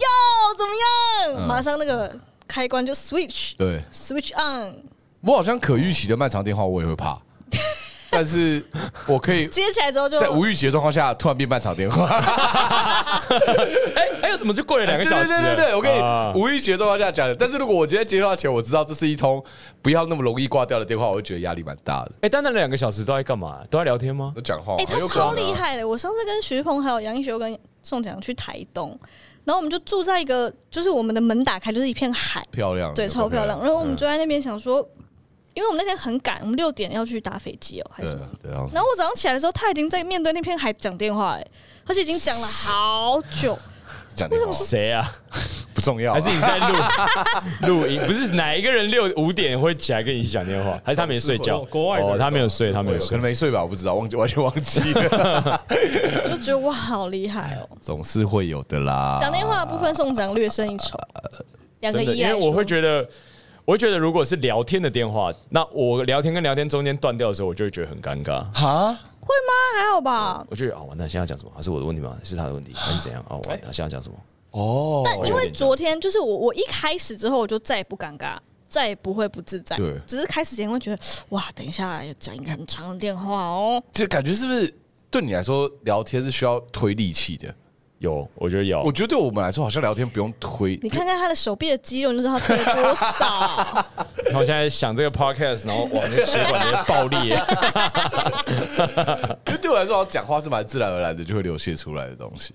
[SPEAKER 4] 怎么样，马上那个开关就 switch
[SPEAKER 3] 对
[SPEAKER 4] switch on，
[SPEAKER 3] 我好像可预期的漫长电话我也会怕，但是我可 以
[SPEAKER 4] 接起来之后就
[SPEAKER 3] 在无预期的状况下突然变漫长电话。
[SPEAKER 2] 哎哎，怎么就过了两个小时？
[SPEAKER 3] 对对对对，我跟
[SPEAKER 2] 啊
[SPEAKER 3] 你无意节奏往下讲的。但是如果我今天接电话前，我知道这是一通不要那么容易挂掉的电话，我会觉得压力蛮大的。
[SPEAKER 2] 哎，但那两个小时都在干嘛？都在聊天吗？
[SPEAKER 3] 我讲话，
[SPEAKER 4] 哎、他
[SPEAKER 3] 很有可能
[SPEAKER 4] 超
[SPEAKER 3] 啊
[SPEAKER 4] 厉。害的！我上次跟徐鹏还有杨一修跟宋子阳去台东，然后我们就住在一个，就是我们的门打开就是一片海，
[SPEAKER 2] 哦
[SPEAKER 3] 漂亮，
[SPEAKER 4] 对，
[SPEAKER 3] 有
[SPEAKER 4] 超漂亮。
[SPEAKER 3] 嗯
[SPEAKER 4] 然后我们就在那边想说，因为我们那天很赶，我们六点要去搭飞机哦、还是什么。
[SPEAKER 3] 对对啊，
[SPEAKER 4] 然后我早上起来的时候，他已经在面对那片海讲电话、哎，而且已经讲了好久。
[SPEAKER 3] 讲电话
[SPEAKER 2] 谁啊？
[SPEAKER 3] 不重要啊
[SPEAKER 2] 还，是你在录 录音？不是哪一个人六五点会起来跟你一起讲电话？还是他没睡觉？
[SPEAKER 1] 国外的
[SPEAKER 2] 哦，他没有睡，他没有
[SPEAKER 3] 可
[SPEAKER 2] 睡
[SPEAKER 3] 能。没睡吧，我不知道，忘记完全忘记 了，
[SPEAKER 4] 我就觉得哇，好厉害哦、
[SPEAKER 3] 总是会有的啦。
[SPEAKER 4] 讲电话的部分，宋子阳略胜一筹，两个
[SPEAKER 2] 啊真的，
[SPEAKER 4] 一
[SPEAKER 2] 因
[SPEAKER 4] 来
[SPEAKER 2] 为
[SPEAKER 4] 说，
[SPEAKER 2] 我会觉得，我会觉得如果是聊天的电话，那我聊天跟聊天中间断掉的时候，我就会觉得很尴尬。
[SPEAKER 3] 哈，
[SPEAKER 4] 会吗？还好吧。
[SPEAKER 2] 我就觉得啊，完蛋，现在要讲什么？还是我的问题吗？是他的问题还是怎样？哦，
[SPEAKER 1] 哎
[SPEAKER 2] 完蛋，现在要讲什么？
[SPEAKER 3] 哦，
[SPEAKER 4] 因
[SPEAKER 2] 有
[SPEAKER 4] 为
[SPEAKER 2] 点
[SPEAKER 4] 昨天就是我，我一开始之后我就再也不尴尬，再也不会不自在。
[SPEAKER 3] 对
[SPEAKER 4] 只是开始前会觉得哇，等一下要讲一个很长的电话哦。
[SPEAKER 3] 就感觉是不是对你来说聊天是需要推力气的？
[SPEAKER 2] 有，我觉得有
[SPEAKER 3] 我。觉得对我们来说，好像聊天不用推
[SPEAKER 4] 你，看看他的手臂的肌肉，你就知道他推了多少。
[SPEAKER 2] 然后我现在想这个 podcast，然后哇，那血管直接爆 裂。
[SPEAKER 3] 因为对我来说，好像讲话是蛮自然而然的，就会流泻出来的东西，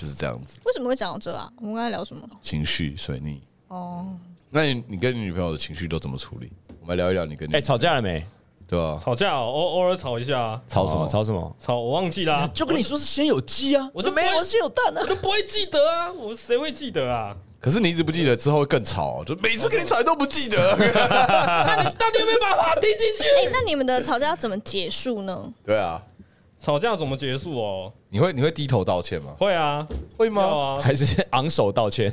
[SPEAKER 3] 就是这样子。
[SPEAKER 4] 为什么会讲到这啊？我们刚才聊什么？
[SPEAKER 3] 情绪水逆。
[SPEAKER 4] 哦，
[SPEAKER 3] 那你你跟你女朋友的情绪都怎么处理？我们来聊一聊你跟你、
[SPEAKER 2] 哎，吵架了没？
[SPEAKER 3] 对啊吧？
[SPEAKER 1] 吵架哦偶偶尔吵一下啊，
[SPEAKER 3] 吵什么
[SPEAKER 2] 哦
[SPEAKER 3] 吵？
[SPEAKER 2] 吵什么？
[SPEAKER 1] 吵我忘记啦、
[SPEAKER 5] 就跟你说是先有鸡啊，
[SPEAKER 1] 我
[SPEAKER 5] 我
[SPEAKER 1] 就
[SPEAKER 5] 就
[SPEAKER 1] 不
[SPEAKER 5] 没有，
[SPEAKER 1] 会
[SPEAKER 5] 我是先有蛋啊。
[SPEAKER 1] 我不会记得啊，我谁会记得啊？
[SPEAKER 3] 可是你一直不记得，之后会更吵，哦就每次跟你吵你都不记 得。
[SPEAKER 1] 那你到底有没有把话听进去？
[SPEAKER 4] 哎、那你们的吵架要怎么结束呢？
[SPEAKER 3] 对啊，
[SPEAKER 1] 吵架怎么结束哦？
[SPEAKER 3] 你会你会低头道歉吗？
[SPEAKER 1] 会啊，
[SPEAKER 3] 会
[SPEAKER 1] 要？啊，
[SPEAKER 2] 还是昂首道歉？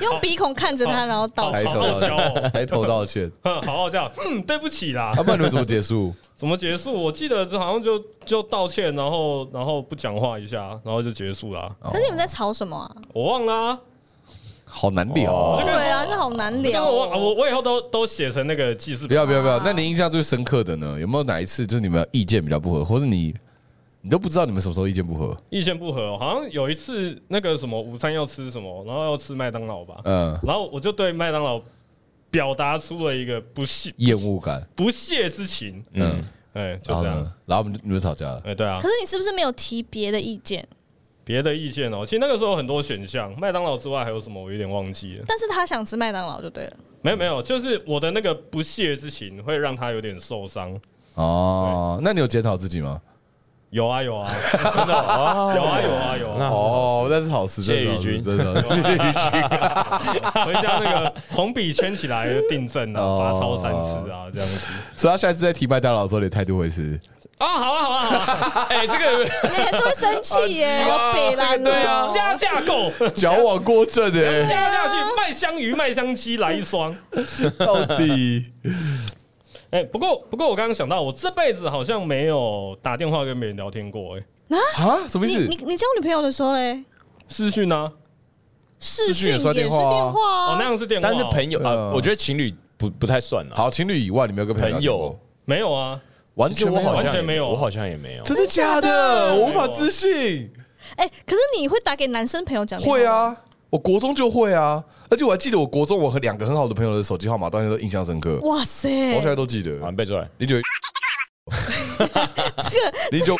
[SPEAKER 4] 用用鼻孔看着他，然后道
[SPEAKER 1] 好
[SPEAKER 3] 抬
[SPEAKER 4] 歉。
[SPEAKER 1] 好
[SPEAKER 3] 头
[SPEAKER 1] 傲
[SPEAKER 3] 道
[SPEAKER 1] 娇
[SPEAKER 3] 歉，
[SPEAKER 1] 哦，
[SPEAKER 3] 抬头道歉。
[SPEAKER 1] 哼好傲娇，嗯，对不起啦
[SPEAKER 3] 啊，。不然你们怎么结束？
[SPEAKER 1] 怎么结束？我记得好像就就道歉，然后然后不讲话一下，然后就结束啦。
[SPEAKER 4] 可是你们在吵什么啊？
[SPEAKER 1] 我忘啦、
[SPEAKER 3] 好难聊
[SPEAKER 1] 哦
[SPEAKER 3] 哦。
[SPEAKER 4] 对啊，这好难
[SPEAKER 1] 但
[SPEAKER 4] 聊、
[SPEAKER 1] 我忘我
[SPEAKER 4] 哦。
[SPEAKER 1] 我以后都都写成那个记事
[SPEAKER 3] 不
[SPEAKER 1] 本。
[SPEAKER 3] 要不要不要！那你印象最深刻的呢？有没有哪一次就是你们意见比较不合，或是你你都不知道你们什么时候意见不合？
[SPEAKER 1] 意见不合哦、好像有一次那个什么午餐要吃什么，然后要吃麦当劳吧，
[SPEAKER 3] 嗯，
[SPEAKER 1] 然后我就对麦当劳表达出了一个不屑
[SPEAKER 3] 厌恶感。
[SPEAKER 1] 不屑之情，
[SPEAKER 3] 嗯，
[SPEAKER 1] 哎，就
[SPEAKER 3] 然后
[SPEAKER 1] 这样，
[SPEAKER 3] 呢？然后我们就你们吵架了。
[SPEAKER 1] 哎，对啊
[SPEAKER 4] 可，是你是不是没有提别的意见？
[SPEAKER 1] 别的意见哦、其实那个时候有很多选项，麦当劳之外还有什么，我有点忘记了。
[SPEAKER 4] 但是他想吃麦当劳就对了。
[SPEAKER 1] 没有没有，就是我的那个不屑之情会让他有点受伤。
[SPEAKER 3] 哦，那你有检讨自己吗？
[SPEAKER 1] 有啊有啊，真 的哦有啊有啊有啊，
[SPEAKER 3] 哦，那是好事，
[SPEAKER 2] 谢
[SPEAKER 3] 这是好事
[SPEAKER 2] 宇君
[SPEAKER 3] 真的好事。
[SPEAKER 1] 回家那个红笔圈起来订正啊，
[SPEAKER 3] 哦
[SPEAKER 1] 罚抄三次啊，这样子
[SPEAKER 3] 所以他下一次在提麦当劳的时候，你的态度会是
[SPEAKER 1] 啊，好啊好啊 好啊，
[SPEAKER 2] 哎，这个
[SPEAKER 4] 你还是会生气耶、好北蓝、哦。
[SPEAKER 1] 哎
[SPEAKER 2] 对啊
[SPEAKER 1] 加价购。
[SPEAKER 3] 矫枉过正的、
[SPEAKER 1] 欸 加下去，麦香鱼、麦香鸡来一双。
[SPEAKER 3] 到底
[SPEAKER 1] 哎、不过不过我刚刚想到，我这辈子好像没有打电话跟别人聊天过、哎，
[SPEAKER 3] 啊？什么意
[SPEAKER 4] 你
[SPEAKER 3] 思？
[SPEAKER 4] 你你交女朋友的时候嘞，
[SPEAKER 1] 私讯啊，
[SPEAKER 3] 讯
[SPEAKER 4] 视讯
[SPEAKER 3] 也
[SPEAKER 4] 是
[SPEAKER 3] 算
[SPEAKER 4] 电
[SPEAKER 3] 电话啊
[SPEAKER 4] 话
[SPEAKER 1] 哦，那
[SPEAKER 4] 啊，
[SPEAKER 1] 样是电话哦、
[SPEAKER 2] 但是朋友
[SPEAKER 3] 对
[SPEAKER 2] 啊
[SPEAKER 3] 啊，
[SPEAKER 2] 我觉得情侣不不太算啊了。
[SPEAKER 3] 好，情侣以外，你没有跟朋友聊
[SPEAKER 2] 朋
[SPEAKER 3] 天
[SPEAKER 2] 友
[SPEAKER 3] 过，
[SPEAKER 1] 没有啊，
[SPEAKER 3] 完
[SPEAKER 2] 其实
[SPEAKER 3] 全
[SPEAKER 2] 我
[SPEAKER 3] 没有
[SPEAKER 2] 好像
[SPEAKER 1] 完
[SPEAKER 2] 也
[SPEAKER 1] 全没有
[SPEAKER 2] 我好像也没有。
[SPEAKER 3] 真的假的？我无法置信。
[SPEAKER 4] 哎，可是你会打给男生朋友讲？
[SPEAKER 3] 会，啊，我国中就会啊，而且我还记得我国中我和两个很好的朋友的手机号码，到现在都印象深刻，我
[SPEAKER 4] 哇塞，
[SPEAKER 3] 到现在都记得。
[SPEAKER 2] 好，你背出来。
[SPEAKER 3] 零 九， 零九，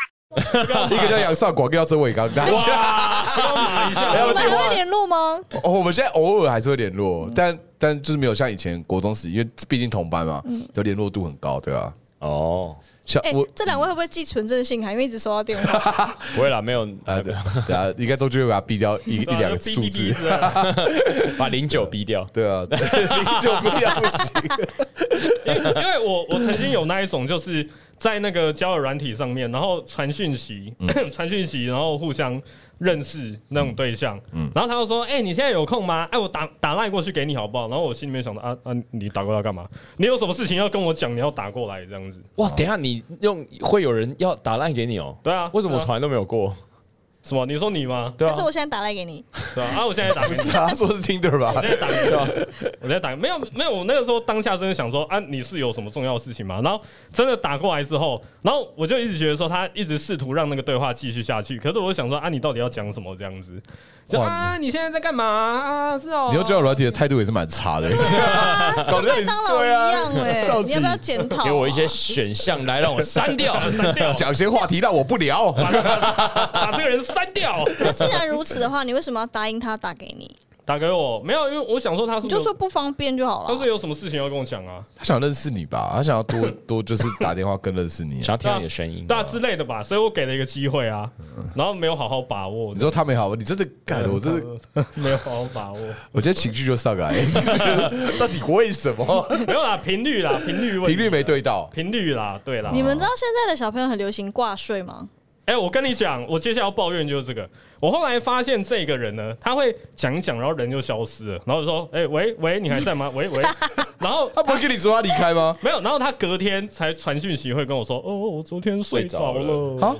[SPEAKER 3] 一个叫杨少广，一个叫曾伟刚，大家
[SPEAKER 1] 哇，一
[SPEAKER 3] 还有
[SPEAKER 1] 下啊
[SPEAKER 4] 你们
[SPEAKER 3] 电话
[SPEAKER 4] 还会联络吗？
[SPEAKER 3] 哦， 我们现在偶尔还是会联络，但但就是没有像以前国中时，因为毕竟同班嘛，就联络度很高，对吧？
[SPEAKER 2] 哦，
[SPEAKER 3] 像
[SPEAKER 4] 哎
[SPEAKER 3] 我，
[SPEAKER 4] 这两位会不会寄存证信函？因为一直收到电 话，
[SPEAKER 2] 不会啦，没有，
[SPEAKER 3] 啊，对对 啊，应该中间会把它啊逼掉
[SPEAKER 1] 啊
[SPEAKER 3] 一一两个数字，
[SPEAKER 2] 把零九逼掉。
[SPEAKER 3] 对啊， 零九不一样不 行。
[SPEAKER 1] 因为因为我我曾经有那一种，就是在那个交友软体上面，然后传讯息， 传讯息，然后互相认识那种对象，然后他就说：“哎、你现在有空吗？哎、我打打赖过去给你好不好？”然后我心里面想着：“啊啊，你打过来干嘛？你有什么事情要跟我讲？你要打过来这样子。
[SPEAKER 2] 哇，等一下你用会有人要打烂给你哦？
[SPEAKER 1] 对啊
[SPEAKER 2] 为什么
[SPEAKER 1] 是
[SPEAKER 2] 我
[SPEAKER 1] 啊
[SPEAKER 2] 从来都没有过？”
[SPEAKER 1] 什么？你说你吗？
[SPEAKER 2] 对
[SPEAKER 3] 啊
[SPEAKER 4] 可是我现在打来 给你，
[SPEAKER 1] 对啊，啊，我现在打给你。
[SPEAKER 3] 是啊，他说是 Tinder 吧
[SPEAKER 1] 我？在打给你，我在打，没有没有，我那个时候当下真的想说啊，你是有什么重要的事情吗？然后真的打过来之后，然后我就一直觉得说他一直试图让那个对话继续下去，可是我就想说啊，你到底要讲什么这样子？就
[SPEAKER 3] 哇
[SPEAKER 1] 啊，你现在在干嘛啊？是哦，
[SPEAKER 3] 你用交友软体的态度也是蛮差的，搞
[SPEAKER 4] 啊跟
[SPEAKER 3] 得
[SPEAKER 4] 麦
[SPEAKER 3] 你
[SPEAKER 4] 当劳一
[SPEAKER 3] 对啊
[SPEAKER 4] 样 哎，
[SPEAKER 3] 到底
[SPEAKER 4] 你要不要检讨啊？
[SPEAKER 2] 给我一些选项来让 我删掉。
[SPEAKER 1] 删 掉，
[SPEAKER 3] 讲些话题让我不聊。
[SPEAKER 1] 把这个人删 掉，
[SPEAKER 4] 那既然如此的话，你为什么要答应他打给你？
[SPEAKER 1] 打给我没有？因为我想说他是
[SPEAKER 4] 你
[SPEAKER 1] 不是
[SPEAKER 4] 就说不方便就好
[SPEAKER 1] 他是不是
[SPEAKER 4] 了。
[SPEAKER 1] 有什么事情要跟我讲啊，
[SPEAKER 3] 他想认识你吧？他想要多多就是打电话更认识你啊。
[SPEAKER 2] 想要听到你的声音，
[SPEAKER 1] 大之类的吧，所以我给了一个机会啊，然后没有好好把握
[SPEAKER 3] 你，说他没好，你真的干
[SPEAKER 1] 嗯
[SPEAKER 3] 了，我真的，
[SPEAKER 1] 没有好好把握，
[SPEAKER 3] 我觉得情绪就上来， 到底为什么
[SPEAKER 1] 没有啦，频率啦，频率问题
[SPEAKER 3] 频率没对到？
[SPEAKER 1] 频率啦，对啦，
[SPEAKER 4] 你们知道现在的小朋友很流行挂睡吗？
[SPEAKER 1] 哎、我跟你讲，我接下来要抱怨就是这个。我后来发现这个人呢，他会讲一讲，然后人就消失了，然后就说：“哎、喂喂，你还在吗？喂喂。” 然后
[SPEAKER 3] 他不会跟你说他离开吗？
[SPEAKER 1] 没有，然后他隔天才传讯息会跟我说：“哦，我昨天睡着
[SPEAKER 2] 睡着
[SPEAKER 1] 了。
[SPEAKER 3] 啊，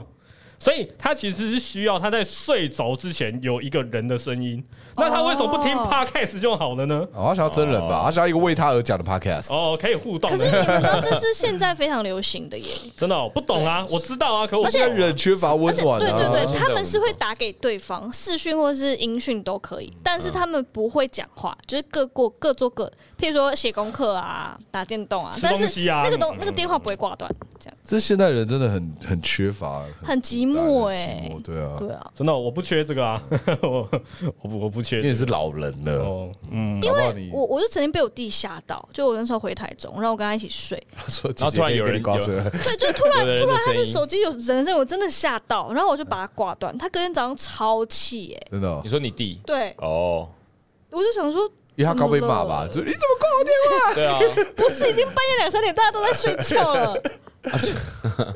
[SPEAKER 1] 所以他其实是需要他在睡着之前有一个人的声音。那他为什么不听
[SPEAKER 4] 哦
[SPEAKER 1] podcast 就好了呢？
[SPEAKER 3] 哦他想要真人吧？他想要一个为他而讲的 podcast。
[SPEAKER 1] 哦，可以互动
[SPEAKER 4] 可
[SPEAKER 1] 的。
[SPEAKER 4] 是你们知道这是现在非常流行的耶，
[SPEAKER 1] 真的、哦、不懂啊，我知道啊，可我
[SPEAKER 4] 而且
[SPEAKER 1] 不懂啊
[SPEAKER 3] 人缺乏
[SPEAKER 4] 而
[SPEAKER 3] 温
[SPEAKER 4] 且
[SPEAKER 3] 暖
[SPEAKER 4] 对对
[SPEAKER 3] 啊！
[SPEAKER 4] 对，他们是会打给对方，视讯或是音讯都可以，但是他们不会讲话，就是各过各做各，譬如说写功课啊、打电动啊，
[SPEAKER 1] 吃
[SPEAKER 4] 但
[SPEAKER 1] 东西
[SPEAKER 4] 是
[SPEAKER 1] 啊
[SPEAKER 4] 那个东
[SPEAKER 1] 嗯
[SPEAKER 4] 那个电话不会挂断，这样
[SPEAKER 3] 这现代人真的很很缺乏，
[SPEAKER 4] 很寂
[SPEAKER 3] 很寂
[SPEAKER 4] 寞哎
[SPEAKER 3] 寞，对啊，
[SPEAKER 4] 对啊，
[SPEAKER 1] 真的哦、我不缺这个啊， 我我不我不缺
[SPEAKER 3] 因
[SPEAKER 1] 这
[SPEAKER 3] 为
[SPEAKER 1] 个、
[SPEAKER 3] 你是老人了，
[SPEAKER 1] 哦，嗯。
[SPEAKER 3] 因为你
[SPEAKER 4] 我我就曾经被我弟吓到，就我那时候回台中，然后我跟他一起睡，
[SPEAKER 3] 说
[SPEAKER 2] 然后突然有人
[SPEAKER 3] 你挂
[SPEAKER 2] 有
[SPEAKER 3] 水了，
[SPEAKER 4] 对，就突然
[SPEAKER 2] 有的人
[SPEAKER 4] 突
[SPEAKER 2] 的
[SPEAKER 4] 然他
[SPEAKER 2] 声
[SPEAKER 4] 的
[SPEAKER 2] 音
[SPEAKER 4] 手机有人声，我真的吓到，然后我就把它挂断。他隔天早上超气哎、
[SPEAKER 3] 真的哦
[SPEAKER 2] 你，说你弟
[SPEAKER 4] 对
[SPEAKER 2] 哦，
[SPEAKER 4] 我就想说，
[SPEAKER 3] 因为他刚被骂
[SPEAKER 4] 怎么
[SPEAKER 3] 吧，
[SPEAKER 4] 了
[SPEAKER 3] 就你怎么挂我电话？
[SPEAKER 2] 对啊，
[SPEAKER 4] 不是已经半夜两三点，大家都在睡觉了，
[SPEAKER 2] 想
[SPEAKER 3] 哇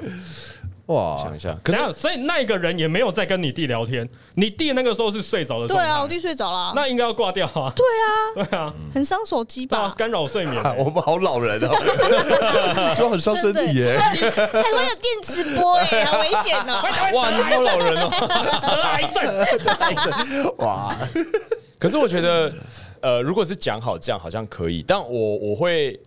[SPEAKER 2] 一，下，可
[SPEAKER 1] 等
[SPEAKER 2] 是
[SPEAKER 1] 一下，所以那个人也没有在跟你弟聊天，你弟那个时候是睡着的
[SPEAKER 4] 对
[SPEAKER 1] 状态，
[SPEAKER 4] 啊，我弟睡着了，
[SPEAKER 1] 那应该要挂掉啊，对啊，对啊，
[SPEAKER 4] 很伤手机
[SPEAKER 1] 对啊
[SPEAKER 4] 吧，？
[SPEAKER 1] 干扰睡 眠、
[SPEAKER 3] 我们好老人哦， 都很伤身
[SPEAKER 4] 真的
[SPEAKER 3] 体耶。
[SPEAKER 4] 还会哎有电磁波哎、好危险哦、
[SPEAKER 2] 哇，你好老人哦。
[SPEAKER 1] 得了 癌症，
[SPEAKER 3] 哇，
[SPEAKER 2] 可是我觉得，呃，如果是讲好这样，好像可以，但我我会。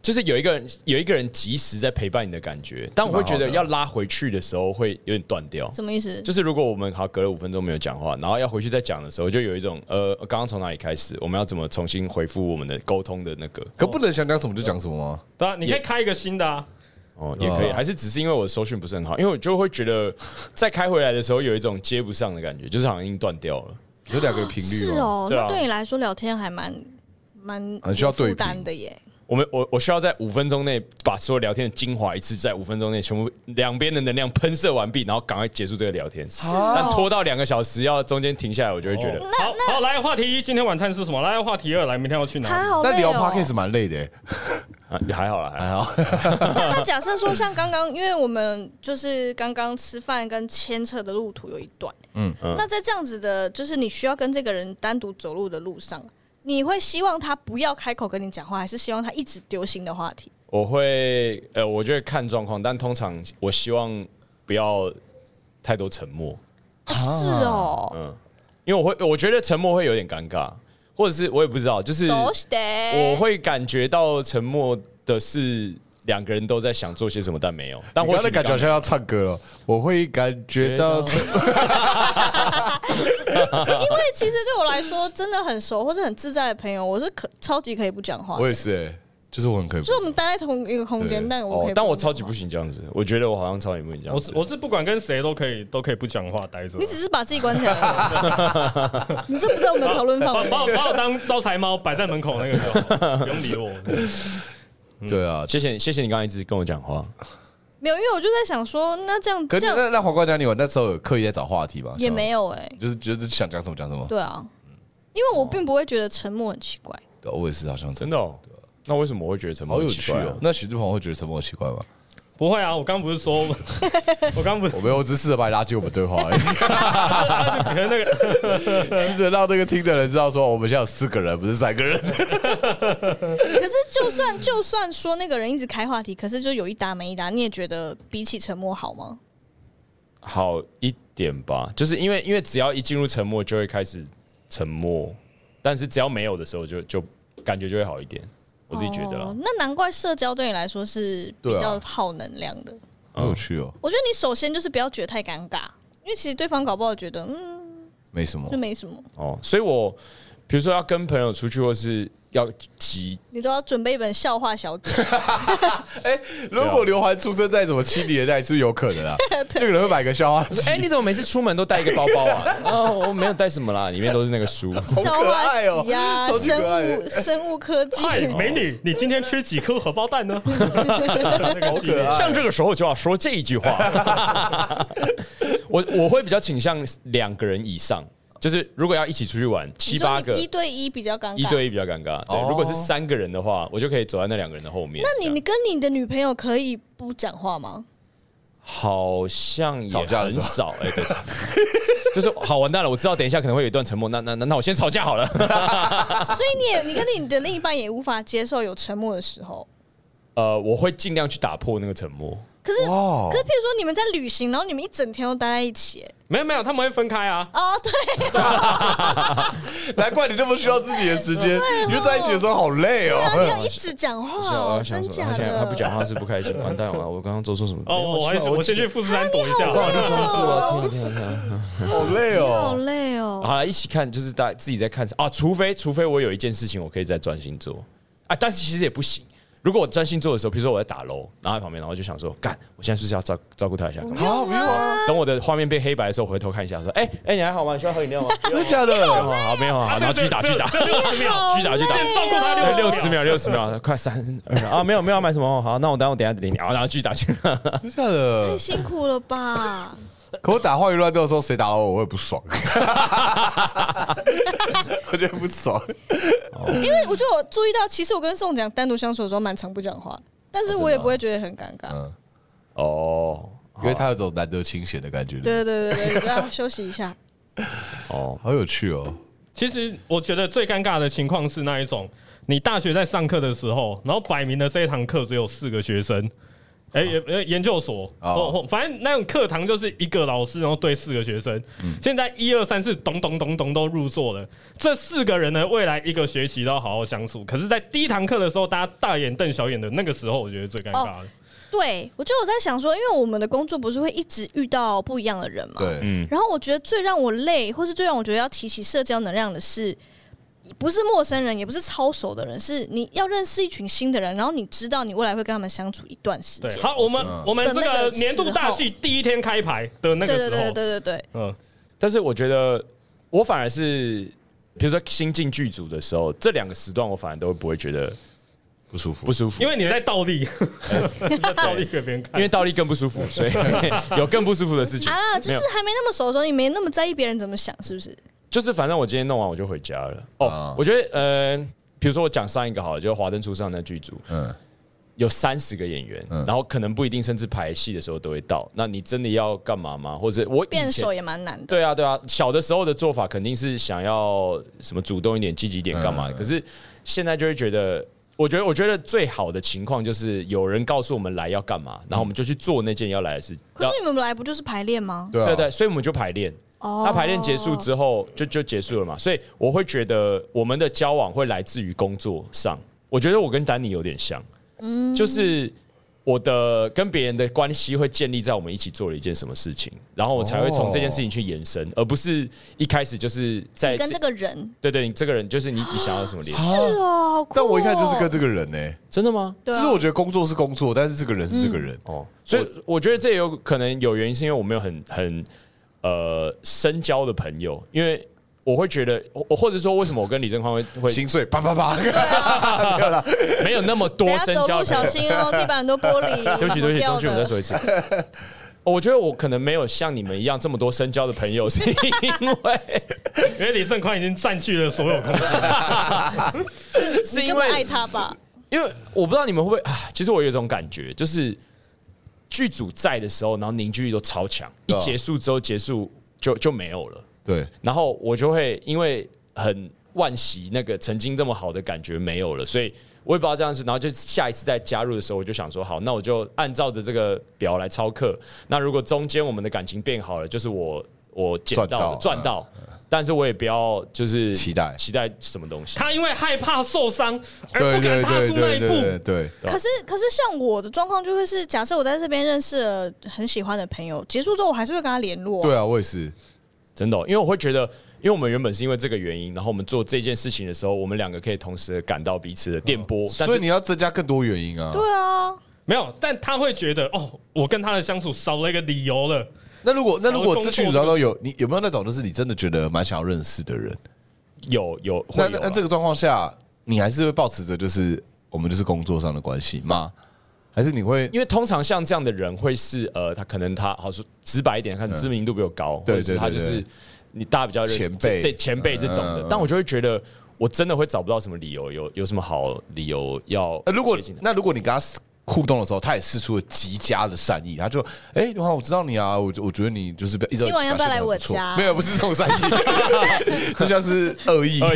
[SPEAKER 2] 就是有一个人有一个人及时在陪伴你的感觉，但我会觉得要拉回去的时候会有点断掉。
[SPEAKER 4] 什么意思？
[SPEAKER 2] 就是如果我们好隔了五分钟没有讲话，然后要回去再讲的时候，就有一种呃，刚刚从哪里开始，我们要怎么重新回复我们的沟通的那个
[SPEAKER 3] 可不能想讲什么就讲什么吗？
[SPEAKER 1] 对啊，你可以开一个新的啊，
[SPEAKER 2] 哦，也可以，
[SPEAKER 3] 哦
[SPEAKER 2] 还是只是因为我的收讯不是很好，因为我就会觉得在开回来的时候有一种接不上的感觉，就是好像已经断掉了。
[SPEAKER 3] 有两个频率
[SPEAKER 4] 是
[SPEAKER 3] 吗，
[SPEAKER 4] 哦，
[SPEAKER 2] 对啊
[SPEAKER 4] 那对你来说聊天还蛮蛮
[SPEAKER 3] 很需要
[SPEAKER 4] 有负
[SPEAKER 3] 对比
[SPEAKER 4] 担的耶。
[SPEAKER 2] 我们我我需要在五分钟内把所有聊天的精华一次在五分钟内全部两边的能量喷射完毕，然后赶快结束这个聊天。但拖到两个小时要中间停下来，我就会觉得、
[SPEAKER 1] 好好来话题一，今天晚餐吃什么？来话题二，来明天要去哪
[SPEAKER 4] 他
[SPEAKER 1] 里？
[SPEAKER 4] 好累
[SPEAKER 3] 但
[SPEAKER 4] 哦。
[SPEAKER 3] 聊 podcast 蛮累的耶，
[SPEAKER 2] 啊还好啦，还好。
[SPEAKER 3] 好。
[SPEAKER 4] 那那假设说，像刚刚，因为我们就是刚刚吃饭跟牵扯的路途有一段，嗯，那在这样子的，就是你需要跟这个人单独走路的路上，你会希望他不要开口跟你讲话，还是希望他一直丢新的话题？
[SPEAKER 2] 我会呃，我就会看状况，但通常我希望不要太多沉默，
[SPEAKER 4] 哦是哦，
[SPEAKER 2] 因为我会我觉得沉默会有点尴尬，或者是我也不知道，就是
[SPEAKER 4] 都是的。
[SPEAKER 2] 我会感觉到沉默的是两个人都在想做些什么，但没有。但
[SPEAKER 6] 我
[SPEAKER 2] 我
[SPEAKER 6] 刚才感觉好像要唱歌了，我会感觉到
[SPEAKER 4] 因为其实对我来说，真的很熟或者很自在的朋友，我是可超级可以不讲话的。
[SPEAKER 6] 我也是、欸，就是我很可以
[SPEAKER 4] 就是我们待在同一个空间，
[SPEAKER 6] 对
[SPEAKER 4] 但我可
[SPEAKER 2] 哦
[SPEAKER 4] 以，，
[SPEAKER 2] 但我超级不。行这样子，我觉得我好像超级不行这样
[SPEAKER 1] 我
[SPEAKER 2] 子
[SPEAKER 1] 是。我是不管跟谁都可以都可以不讲话待着
[SPEAKER 4] 你，只是把自己关起来而已， 你这不是我们的讨论范
[SPEAKER 1] 把把我
[SPEAKER 4] 围。
[SPEAKER 1] 把我当招财猫摆在门口那个时候， 不用理我。
[SPEAKER 6] 对啊，
[SPEAKER 2] 嗯谢谢你，谢谢你刚刚一直跟我讲话。
[SPEAKER 4] 没有，因为我就在想说，那这样
[SPEAKER 6] 可
[SPEAKER 4] 这
[SPEAKER 6] 是
[SPEAKER 4] 样
[SPEAKER 6] 那那黄瓜家你玩那时候有刻意在找话题吗？
[SPEAKER 4] 也没
[SPEAKER 6] 有，
[SPEAKER 4] 有哎，
[SPEAKER 6] 就是觉得想讲什么讲什么。
[SPEAKER 4] 对啊，因为我
[SPEAKER 6] 哦
[SPEAKER 4] 并不会觉得沉默很奇怪。
[SPEAKER 6] 对，我也是好像
[SPEAKER 2] 真
[SPEAKER 6] 真的
[SPEAKER 2] 的、哦？那为什么我会觉得沉默
[SPEAKER 6] 好有
[SPEAKER 2] 很奇
[SPEAKER 6] 趣
[SPEAKER 2] 怪啊
[SPEAKER 6] 哦。那许志鹏会觉得沉默很奇怪吗？
[SPEAKER 1] 不会啊，我刚不是说， 我刚不是
[SPEAKER 6] 我没有，我只是试着把你拉进我们对 话而已，
[SPEAKER 1] 可能那个
[SPEAKER 6] 试着让那个听的人知道说我们现在有四个人，不是三个
[SPEAKER 2] 嗯
[SPEAKER 6] 人。
[SPEAKER 4] 可是就算就算说那个人一直开话题，可是就有一搭没一搭，你也觉得比起沉默好吗？
[SPEAKER 2] 好一点吧，就是因为因为只要一进入沉默就会开始沉默，但是只要没有的时候就就感觉就会好一点，我自己觉得啦
[SPEAKER 4] 哦。那难怪社交对你来说是比
[SPEAKER 6] 啊对啊
[SPEAKER 4] 较耗能量的。
[SPEAKER 6] 好有趣哦，
[SPEAKER 4] 我觉得你首先就是不要觉得太尴尬，因为其实对方搞不好觉得嗯
[SPEAKER 6] 没什么
[SPEAKER 4] 就。没什么，
[SPEAKER 2] 哦，所以我比如说要跟朋友出去或是要急，
[SPEAKER 4] 你都要准备一本笑话 小典。
[SPEAKER 6] 哎如果刘环出生在什么七零年代，是不是有可能 啊？这个人会买个笑话集，
[SPEAKER 2] 哎、你怎么每次出门都带一个包包 啊？哦，我没有带什么啦，里面都是那个书。
[SPEAKER 4] 笑话
[SPEAKER 2] 哦
[SPEAKER 4] 集啊，
[SPEAKER 6] 超级可爱
[SPEAKER 4] 生物生物科技，
[SPEAKER 1] 嗨美女，你今天吃几颗荷包蛋 呢？那个系列
[SPEAKER 4] 哎
[SPEAKER 2] 像这个时候就要说这一句话， 我我会比较倾向两个人以上，就是如果要一起出去玩，
[SPEAKER 4] 你
[SPEAKER 2] 七
[SPEAKER 4] 说
[SPEAKER 2] 八
[SPEAKER 4] 你
[SPEAKER 2] 个
[SPEAKER 4] 一对一比较尴尬。
[SPEAKER 2] 一对一比较尴尬。对，
[SPEAKER 6] 哦
[SPEAKER 2] 如果是三个人的话，我就可以走在那两个人的后面。
[SPEAKER 4] 那你
[SPEAKER 2] 这
[SPEAKER 4] 你
[SPEAKER 2] 样
[SPEAKER 4] 跟你的女朋友可以不讲话吗？
[SPEAKER 2] 好像也
[SPEAKER 6] 吵架的
[SPEAKER 2] 很
[SPEAKER 6] 时候
[SPEAKER 2] 少哎，对，吵 就是好完蛋了，我知道等一下可能会有一段沉默，那那那那我先吵架好了。
[SPEAKER 4] 所以你也你跟你的另一半也无法接受有沉默的时候。
[SPEAKER 2] 呃，我会尽量去打破那个沉默。
[SPEAKER 4] 可是
[SPEAKER 6] 哦
[SPEAKER 4] 可是，譬如说你们在旅行，然后你们一整天都待在一起，哎
[SPEAKER 1] 没有没有，他们会分开啊。
[SPEAKER 4] 哦，对，
[SPEAKER 6] 难怪你那么需要自己的时间。
[SPEAKER 4] 啊
[SPEAKER 6] 你就在一起的时候好累
[SPEAKER 4] 然啊后你
[SPEAKER 6] 哦。
[SPEAKER 4] 要一直讲话
[SPEAKER 2] 我
[SPEAKER 4] 哦，
[SPEAKER 2] 要想
[SPEAKER 4] 真
[SPEAKER 2] 说，
[SPEAKER 4] 假
[SPEAKER 2] 他现在
[SPEAKER 4] 的？
[SPEAKER 2] 他不讲话是不开心，完蛋了，我刚刚做错什么？
[SPEAKER 1] 哦，我还是我先去富士山躲一下。
[SPEAKER 2] 我天啊天啊！
[SPEAKER 6] 好累
[SPEAKER 4] 好
[SPEAKER 6] 哦。
[SPEAKER 4] 累哦。
[SPEAKER 2] 好了，一起看，就是大家自己在看啊。除非除非我有一件事情我可以再专心做啊，但是其实也不行。如果我专心做的时候，比如说我在打 LO，然后在旁边，然后就想说，干，我现在是不是要照照顾他一下？干嘛
[SPEAKER 4] 哦
[SPEAKER 6] 好，不用啊，
[SPEAKER 2] 等我的画面变黑白的时候，回头看一下，说，哎、哎、你还好吗？你需要喝饮料吗？
[SPEAKER 6] 真的假的？
[SPEAKER 2] 好好，没有
[SPEAKER 1] 啊
[SPEAKER 2] 好，然后继续打，继续打，继
[SPEAKER 1] 六十秒，
[SPEAKER 2] 续打，继续打。
[SPEAKER 1] 照顾他六
[SPEAKER 2] 六十。秒，六十秒，快三二啊！没有没有要买什么，好，那我等我等下领你，然后继续打去。
[SPEAKER 6] 真的假的
[SPEAKER 4] 太？哦辛苦了吧？
[SPEAKER 6] 可我打话语乱斗的时候，谁打扰我，我也不爽。 我觉得不爽。
[SPEAKER 4] 因为我就有注意到，其实我跟宋讲单独相处的时候，蛮常不讲话，但是我也不会觉得很尴尬。
[SPEAKER 2] 哦
[SPEAKER 6] 因为他有种难得清闲的感觉。
[SPEAKER 4] 对对对对对，要休息一下。
[SPEAKER 2] 哦，
[SPEAKER 6] 好有趣哦。
[SPEAKER 1] 其实我觉得最尴尬的情况是那一种，你大学在上课的时候，然后摆明了这一堂课只有四个学生。哎、也呃研究所
[SPEAKER 6] 哦
[SPEAKER 1] 哦，或反正那种课堂就是一个老师，然后对四个学生。现在一二三四，咚咚咚咚都入座了。这四个人呢，未来一个学期都要好好相处。可是，在第一堂课的时候，大家大眼瞪小眼的那个时候，我觉得最尴尬的。
[SPEAKER 4] 对，我就有在想说，因为我们的工作不是会一直遇到不一样的人嘛。
[SPEAKER 6] 对，
[SPEAKER 4] 然后我觉得最让我累，或是最让我觉得要提起社交能量的是，不是陌生人，也不是超熟的人，是你要认识一群新的人，然后你知道你未来会跟他们相处一段时
[SPEAKER 1] 对，
[SPEAKER 4] 间。
[SPEAKER 1] 好，我们
[SPEAKER 3] 嗯
[SPEAKER 1] 我们这
[SPEAKER 4] 的那
[SPEAKER 1] 个
[SPEAKER 4] 个
[SPEAKER 1] 年度大
[SPEAKER 4] 时候
[SPEAKER 1] 戏第一天开牌的那个
[SPEAKER 4] 对
[SPEAKER 1] 时候，
[SPEAKER 4] 对对对对对，
[SPEAKER 1] 嗯，
[SPEAKER 2] 但是我觉得我反而是，比如说新进剧组的时候，这两个时段我反而都不会觉得
[SPEAKER 6] 不舒服
[SPEAKER 2] 不。舒服，
[SPEAKER 1] 因为你在倒 立，你在倒立给别人看
[SPEAKER 2] 因。为倒立更不舒 服，所以 有更不舒服的事情
[SPEAKER 4] 啊，就
[SPEAKER 2] 没
[SPEAKER 4] 是
[SPEAKER 2] 有
[SPEAKER 4] 还没那么熟的时候，你没那么在意别人怎么想，是不是？
[SPEAKER 2] 就是反正我今天弄完我就回家了。
[SPEAKER 6] 啊
[SPEAKER 2] 哦，我觉得呃，比如说我讲上一个好了，就是《华灯初上》那剧组，
[SPEAKER 6] 嗯，
[SPEAKER 2] 有三十个演员，
[SPEAKER 6] 嗯
[SPEAKER 2] 然后可能不一定，甚至排戏的时候都会到。那你真的要干嘛吗？或者我以
[SPEAKER 4] 变
[SPEAKER 2] 前
[SPEAKER 4] 熟也蛮难的。
[SPEAKER 2] 对啊，对啊，小的时候的做法肯定是想要什么主动一点、积极一点干嘛的？
[SPEAKER 6] 嗯
[SPEAKER 2] 可是现在就会觉得我觉得，我觉得最好的情况就是有人告诉我们来要干嘛，然后我们就去做那件要来的事。
[SPEAKER 4] 可是你们来不就是排练吗？
[SPEAKER 3] 对啊
[SPEAKER 2] 对对，所以我们就排练。
[SPEAKER 4] 哦
[SPEAKER 2] 那排练结束之后就就结束了嘛，所以我会觉得我们的交往会来自于工作上。我觉得我跟丹尼有点像，嗯，就是我的跟别人的关系会建立在我们一起做了一件什么事情，然后我才会从这件事情去延伸，而不是一开始就是在
[SPEAKER 4] 跟这个人
[SPEAKER 2] 对对，你这个人就是你你想要什么联系？
[SPEAKER 4] 是哦，好酷哦
[SPEAKER 3] 但我一看就是跟这个人呢、
[SPEAKER 2] 真的吗？
[SPEAKER 4] 对
[SPEAKER 3] 就
[SPEAKER 4] 啊
[SPEAKER 3] 是我觉得工作是工作，但是这个人是这个人。
[SPEAKER 6] 嗯
[SPEAKER 2] 哦，所以我觉得这也有可能有原因，是因为我没有很很呃深交的朋友，因为我会觉得，我或者说为什么我跟李正宽会会
[SPEAKER 3] 心碎，啪啪 啪，
[SPEAKER 2] 没有那么多
[SPEAKER 4] 等下
[SPEAKER 2] 深
[SPEAKER 4] 走
[SPEAKER 2] 交
[SPEAKER 4] 路
[SPEAKER 2] 的朋
[SPEAKER 4] 小
[SPEAKER 2] 友？
[SPEAKER 4] 心哦，地板很多玻璃。
[SPEAKER 2] 对不起，对不起，
[SPEAKER 4] 掉
[SPEAKER 2] 张
[SPEAKER 4] 的
[SPEAKER 2] 俊，我再说一次。 哦我觉得我可能没有像你们一样这么多深交的朋友，是因 为
[SPEAKER 1] 因为李正宽已经占据了所有空间。
[SPEAKER 2] 是是
[SPEAKER 4] 你
[SPEAKER 2] 因
[SPEAKER 4] 根本
[SPEAKER 2] 为
[SPEAKER 4] 爱他吧？
[SPEAKER 2] 因为我不知道你们会不会啊，其实我有一种感觉，就是剧组在的时候，然后凝聚力都超强，一
[SPEAKER 3] 对啊
[SPEAKER 2] 结束之后结束就就没有了。
[SPEAKER 3] 对，
[SPEAKER 2] 然后我就会因为很惋惜那个曾经这么好的感觉没有了，所以我也不知道这样是，然后就下一次再加入的时候，我就想说，好，那我就按照着这个表来操课。那如果中间我们的感情变好了，就是我我捡到的
[SPEAKER 3] 赚
[SPEAKER 2] 赚
[SPEAKER 3] 到
[SPEAKER 2] 到，但是我也不要就是
[SPEAKER 3] 期待
[SPEAKER 2] 期待什么东西。
[SPEAKER 1] 他因为害怕受伤而
[SPEAKER 3] 对
[SPEAKER 1] 不敢
[SPEAKER 3] 对
[SPEAKER 1] 踏
[SPEAKER 3] 对
[SPEAKER 1] 出那
[SPEAKER 3] 对
[SPEAKER 1] 一
[SPEAKER 3] 对
[SPEAKER 1] 步。
[SPEAKER 3] 对，
[SPEAKER 2] 对啊
[SPEAKER 4] 可是可是像我的状况就会是，假设我在这边认识了很喜欢的朋友，结束之后我还是会跟他联络。
[SPEAKER 3] 对啊，我也是。
[SPEAKER 2] 真的哦、因为我会觉得，因为我们原本是因为这个原因，然后我们做这件事情的时候，我们两个可以同时感到彼此的电波。但
[SPEAKER 3] 嗯所
[SPEAKER 2] 是
[SPEAKER 3] 以你要增加更多原因啊。
[SPEAKER 4] 对啊，
[SPEAKER 1] 没有，但他会觉得哦，我跟他的相处少了一个理由了。
[SPEAKER 3] 那如果那如
[SPEAKER 1] 少了
[SPEAKER 3] 果
[SPEAKER 1] 工作
[SPEAKER 3] 咨询然后有你有没有那种就是你真的觉得蛮想要认识的人？
[SPEAKER 2] 有有会
[SPEAKER 3] 那
[SPEAKER 2] 有啊
[SPEAKER 3] 那
[SPEAKER 2] 啦
[SPEAKER 3] 那这个状况下，你还是会保持着就是我们就是工作上的关系吗？还是你会
[SPEAKER 2] 因为通常像这样的人会是呃，他可能他好说直白一点，看知名度比我高，
[SPEAKER 3] 对
[SPEAKER 2] 或者是
[SPEAKER 3] 对
[SPEAKER 2] 他就
[SPEAKER 3] 对
[SPEAKER 2] 是
[SPEAKER 3] 对
[SPEAKER 2] 你大家比较认识
[SPEAKER 3] 前辈
[SPEAKER 2] 这这前辈这种的
[SPEAKER 3] 嗯嗯嗯，
[SPEAKER 2] 但我就会觉得我真的会找不到什么理由，有有什么好理由要
[SPEAKER 3] 呃，如果
[SPEAKER 2] 接近他
[SPEAKER 3] 那如果你跟他互动的时候，他也试出了极佳的善意，他就哎，刘、华，我知道你啊，我我觉得你就是一直
[SPEAKER 4] 今晚要不
[SPEAKER 3] 表现得
[SPEAKER 4] 要来啊我
[SPEAKER 3] 很错
[SPEAKER 4] 家
[SPEAKER 3] 没有，不是这种善意，这像是恶意。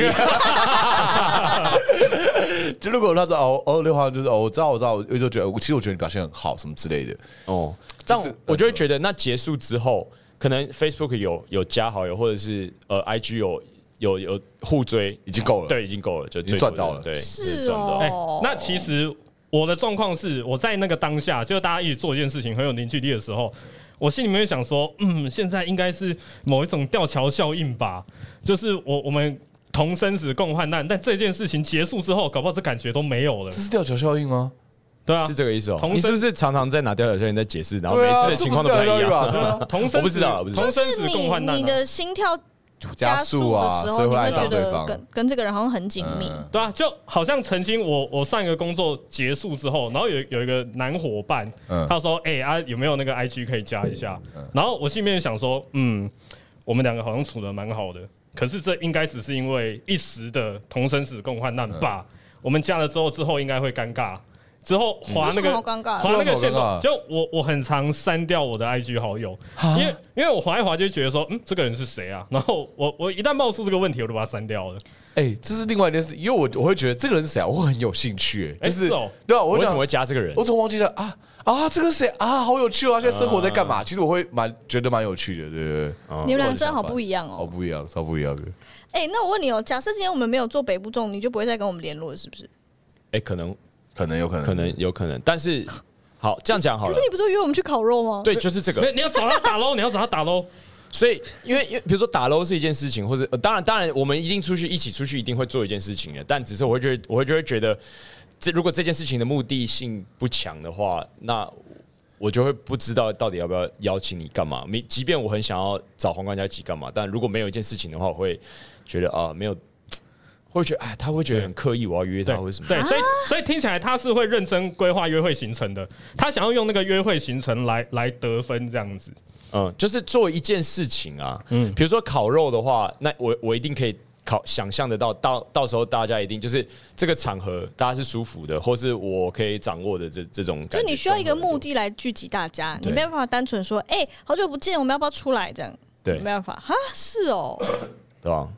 [SPEAKER 3] 就如果他说哦哦，刘华就是哦，我知道我知道，我就觉得我其实我觉得你表现很好什么之类的，
[SPEAKER 2] 哦，但
[SPEAKER 3] 这呃嗯
[SPEAKER 2] 我就会觉得那结束之后，可能 Facebook 有有加好友，或者是呃 IG 有有有互追，
[SPEAKER 3] 已经够了。
[SPEAKER 2] 对，已经够了，就最
[SPEAKER 3] 经赚
[SPEAKER 2] 多的
[SPEAKER 3] 到了
[SPEAKER 2] 对，
[SPEAKER 4] 是
[SPEAKER 2] 赚到
[SPEAKER 1] 哎、
[SPEAKER 4] 哦。
[SPEAKER 1] 那其实我的状况是，我在那个当下，就是大家一起做一件事情很有凝聚力的时候，我心里面会想说，嗯，现在应该是某一种吊桥效应吧，就是我我们同生死共患难，但这件事情结束之后，搞不好这感觉都没有了
[SPEAKER 3] 这，是吊桥效应吗？
[SPEAKER 1] 对啊
[SPEAKER 2] 是，这个意思哦。
[SPEAKER 1] 同
[SPEAKER 2] 你是
[SPEAKER 1] 声
[SPEAKER 2] 不是常常在拿掉小圈在解释，然后每
[SPEAKER 3] 啊
[SPEAKER 2] 次的情况都不太一样？啊
[SPEAKER 1] 同生
[SPEAKER 2] 我不知
[SPEAKER 1] 死
[SPEAKER 2] 道我不知道
[SPEAKER 1] 同
[SPEAKER 4] 就
[SPEAKER 1] 生
[SPEAKER 4] 是
[SPEAKER 1] 死
[SPEAKER 4] 你
[SPEAKER 1] 共患难、
[SPEAKER 4] 你
[SPEAKER 1] 啊。
[SPEAKER 4] 的心跳
[SPEAKER 3] 加
[SPEAKER 4] 速
[SPEAKER 3] 速
[SPEAKER 4] 的
[SPEAKER 3] 啊
[SPEAKER 4] 时
[SPEAKER 3] 所
[SPEAKER 4] 候，
[SPEAKER 3] 以
[SPEAKER 4] 你
[SPEAKER 3] 会
[SPEAKER 4] 会
[SPEAKER 3] 爱
[SPEAKER 4] 觉
[SPEAKER 3] 上对
[SPEAKER 4] 得
[SPEAKER 3] 方
[SPEAKER 4] 跟跟这个人好像很紧密。
[SPEAKER 3] 嗯
[SPEAKER 1] 对啊，就好像曾经我我上一个工作结束之后，然后有有一个男伙伴，
[SPEAKER 3] 嗯
[SPEAKER 1] 他说：“哎、啊，有没有那个 IG 可以加一下？”然后我心里面想说：“嗯，我们两个好像处的蛮好的，可是这应该只是因为一时的同生死共患难
[SPEAKER 3] 嗯
[SPEAKER 1] 吧？我们加了之后，之后应该会尴尬。”之后划那
[SPEAKER 4] 为什
[SPEAKER 1] 个
[SPEAKER 4] 么好尴尬
[SPEAKER 1] 划那个线
[SPEAKER 3] 为什么
[SPEAKER 1] 动，
[SPEAKER 3] 好尴尬
[SPEAKER 1] 就我我很常删掉我的 IG 好友，因为因为我划一划就觉得说，嗯，这个人是谁啊？然后我我一旦冒出这个问题，我就把他删掉了。
[SPEAKER 3] 哎、这是另外一件事，因为我我会觉得这个人是谁啊，我会很有兴趣、哎，
[SPEAKER 1] 哎
[SPEAKER 3] 就是,、
[SPEAKER 1] 是哦
[SPEAKER 3] 对啊，我
[SPEAKER 2] 我为
[SPEAKER 3] 想
[SPEAKER 2] 什么会加这个人
[SPEAKER 3] 我？总忘记了啊啊，这个是谁啊？好有趣哦！他现在生活在干嘛？其实我会蛮觉得蛮有趣的，对对对。
[SPEAKER 4] 你们俩真的好不一样
[SPEAKER 3] 哦，
[SPEAKER 4] 哦。
[SPEAKER 3] 不一样，超不一样的。
[SPEAKER 4] 哎，那我问你哦，假设今天我们没有做北部粽，你就不会再跟我们联络了，是不是？
[SPEAKER 2] 哎，可能
[SPEAKER 3] 可能有可能，
[SPEAKER 2] 可能有可能，但是好这样讲好
[SPEAKER 4] 嗯可
[SPEAKER 2] 了
[SPEAKER 4] 是。你不是约我们去烤肉吗？
[SPEAKER 2] 对，就是这
[SPEAKER 1] 没
[SPEAKER 2] 个。
[SPEAKER 1] 有，你要找他打 喽，你要找他打喽。
[SPEAKER 2] 所以，因为因为比如说打 low 是一件事情，或者、呃当然当然，我们一定出去一起出去一定会做一件事情的，但只是我会觉得我会就会觉得，这如果这件事情的目的性不强的话，那我就会不知道到底要不要邀请你干嘛。你即便我很想要找黄冠佳一起干嘛，但如果没有一件事情的话，我会觉得啊、没有，会觉得哎，他会觉得很刻意，我要约
[SPEAKER 1] 对
[SPEAKER 2] 他或者什么。
[SPEAKER 1] 对，
[SPEAKER 4] 啊
[SPEAKER 1] 所以所以听起来他是会认真规划约会行程的，他想要用那个约会行程来来得分这样子。
[SPEAKER 2] 嗯，就是做一件事情啊，嗯，比如说烤肉的话，那我我一定可以烤想象得到，到到时候大家一定就是这个场合大家是舒服的，或是我可以掌握的这这种感
[SPEAKER 4] 就
[SPEAKER 2] 觉，
[SPEAKER 4] 你需要一个目
[SPEAKER 2] 的，
[SPEAKER 4] 的来聚集大家，你
[SPEAKER 2] 对
[SPEAKER 4] 没有办法单纯说，哎、好久不见，我们要不要出来这样？
[SPEAKER 2] 对
[SPEAKER 4] 没办法哈，是哦，
[SPEAKER 2] 对吧？啊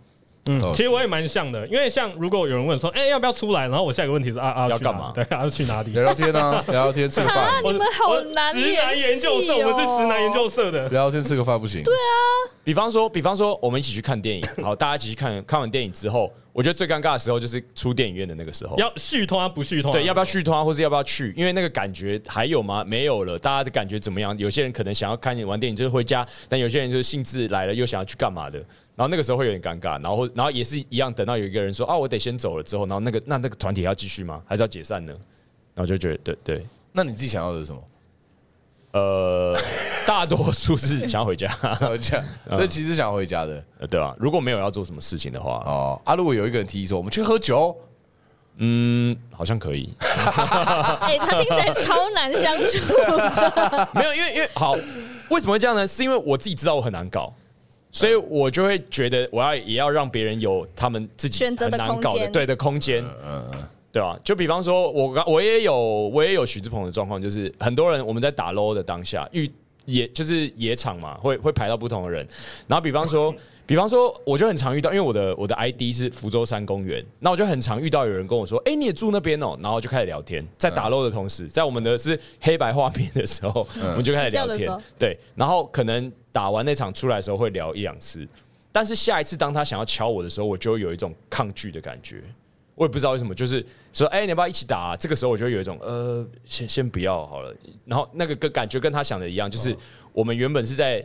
[SPEAKER 1] 嗯，
[SPEAKER 6] 哦
[SPEAKER 1] 其实我也蛮像的，因为像如果有人问说，哎，要不要出来？然后我下一个问题是啊啊，
[SPEAKER 2] 要
[SPEAKER 1] 去哪
[SPEAKER 2] 干嘛
[SPEAKER 1] 对，啊，去 哪里？
[SPEAKER 6] 聊聊天啊，聊聊天吃个饭，
[SPEAKER 1] 我
[SPEAKER 4] 你们好
[SPEAKER 1] 我
[SPEAKER 4] 难
[SPEAKER 1] 直男研究社，
[SPEAKER 4] 联系哦
[SPEAKER 1] 我们是直男研究社的。
[SPEAKER 6] 聊聊天吃个饭不行。对啊，
[SPEAKER 2] 比方说，比方说，我们一起去看电影，好，大家一起去看看完电影之后，我觉得最尴尬的时候就是出电影院的那个时候。
[SPEAKER 1] 要续通啊，不续通啊？
[SPEAKER 2] 对，要不要续通啊，或是要不要去？因为那个感觉还有吗？没有了，大家的感觉怎么样？有些人可能想要看完电影就是回家，但有些人就是兴致来了又想要去干嘛的。然后那个时候会有点尴尬，然后然后也是一样，等到有一个人说啊，我得先走了之后，然后那个那那个团体还要继续吗？还是要解散呢？然后就觉得对对，
[SPEAKER 6] 那你自己想要 的是什么？
[SPEAKER 2] 呃，大多数是想要回家，
[SPEAKER 6] 回家，
[SPEAKER 3] 嗯
[SPEAKER 6] 所以其实想回家的
[SPEAKER 2] 呃对吧、如果没有要做什么事情的话，
[SPEAKER 6] 哦。啊，如果有一个人提议说我们去喝酒，
[SPEAKER 2] 嗯，好像可以。
[SPEAKER 4] 哎、他听起来超难相处。
[SPEAKER 2] 没有，因为因为好，为什么会这样呢？是因为我自己知道我很难搞，所以我就会觉得我要也要让别人有他们自己
[SPEAKER 4] 选择的
[SPEAKER 2] 很难搞
[SPEAKER 4] 空
[SPEAKER 2] 的
[SPEAKER 4] 间
[SPEAKER 2] 对的空间，对啊，就比方说，我刚我也有我也有许志鹏的状况，就是很多人我们在打 low 的当下遇野就是野场嘛，会会排到不同的人，然后比方说。比方说，我就很常遇到，因为我的我的 ID 是福州山公园，那我就很常遇到有人跟我说：“哎、你也住那边哦。”然后就开始聊天，在打 low 的同时，在我们的是黑白画面的时候， 我们就开始聊
[SPEAKER 4] 死掉的时
[SPEAKER 2] 天
[SPEAKER 4] 候。
[SPEAKER 2] 对，然后可能打完那场出来的时候会聊一两次，但是下一次当他想要敲我的时候，我就会有一种抗拒的感觉。我也不知道为什么，就是说，哎、你要不要一起打啊、这个时候我就会有一种，呃，先先不要好了。然后那个跟感觉跟他想的一样，就是我们原本是在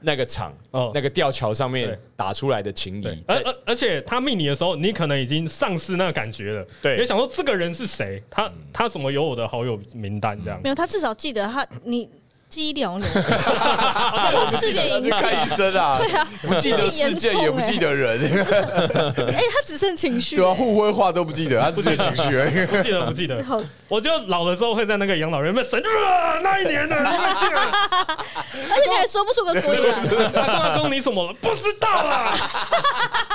[SPEAKER 2] 那个场、
[SPEAKER 1] 哦哎
[SPEAKER 2] 那个吊桥上面
[SPEAKER 1] 对
[SPEAKER 2] 打出来的情谊，
[SPEAKER 1] 而
[SPEAKER 2] 在
[SPEAKER 1] 而而且他命你的时候，你可能已经丧失那个感觉了。
[SPEAKER 2] 对嗯
[SPEAKER 1] 也想说这个人是谁，他他怎么有我的好友名单这样
[SPEAKER 4] 没？有，他至少记得他你记忆力 好像有点，他视野影响。
[SPEAKER 6] 看医生啊，
[SPEAKER 4] 对啊，
[SPEAKER 6] 不记得事件也不
[SPEAKER 4] 欸
[SPEAKER 6] 记得人，
[SPEAKER 4] 哎、他只剩情绪、
[SPEAKER 6] 对啊，互挥话都不记得，他自己的情绪 而已。
[SPEAKER 1] 不记得不记得
[SPEAKER 4] 好，
[SPEAKER 1] 我就老了之后会在那个养老院被神啊那一年的你们去了，
[SPEAKER 4] 而且你还说不出个所以
[SPEAKER 1] 阿公
[SPEAKER 4] 然。
[SPEAKER 1] 阿公你怎么了？不知道啊，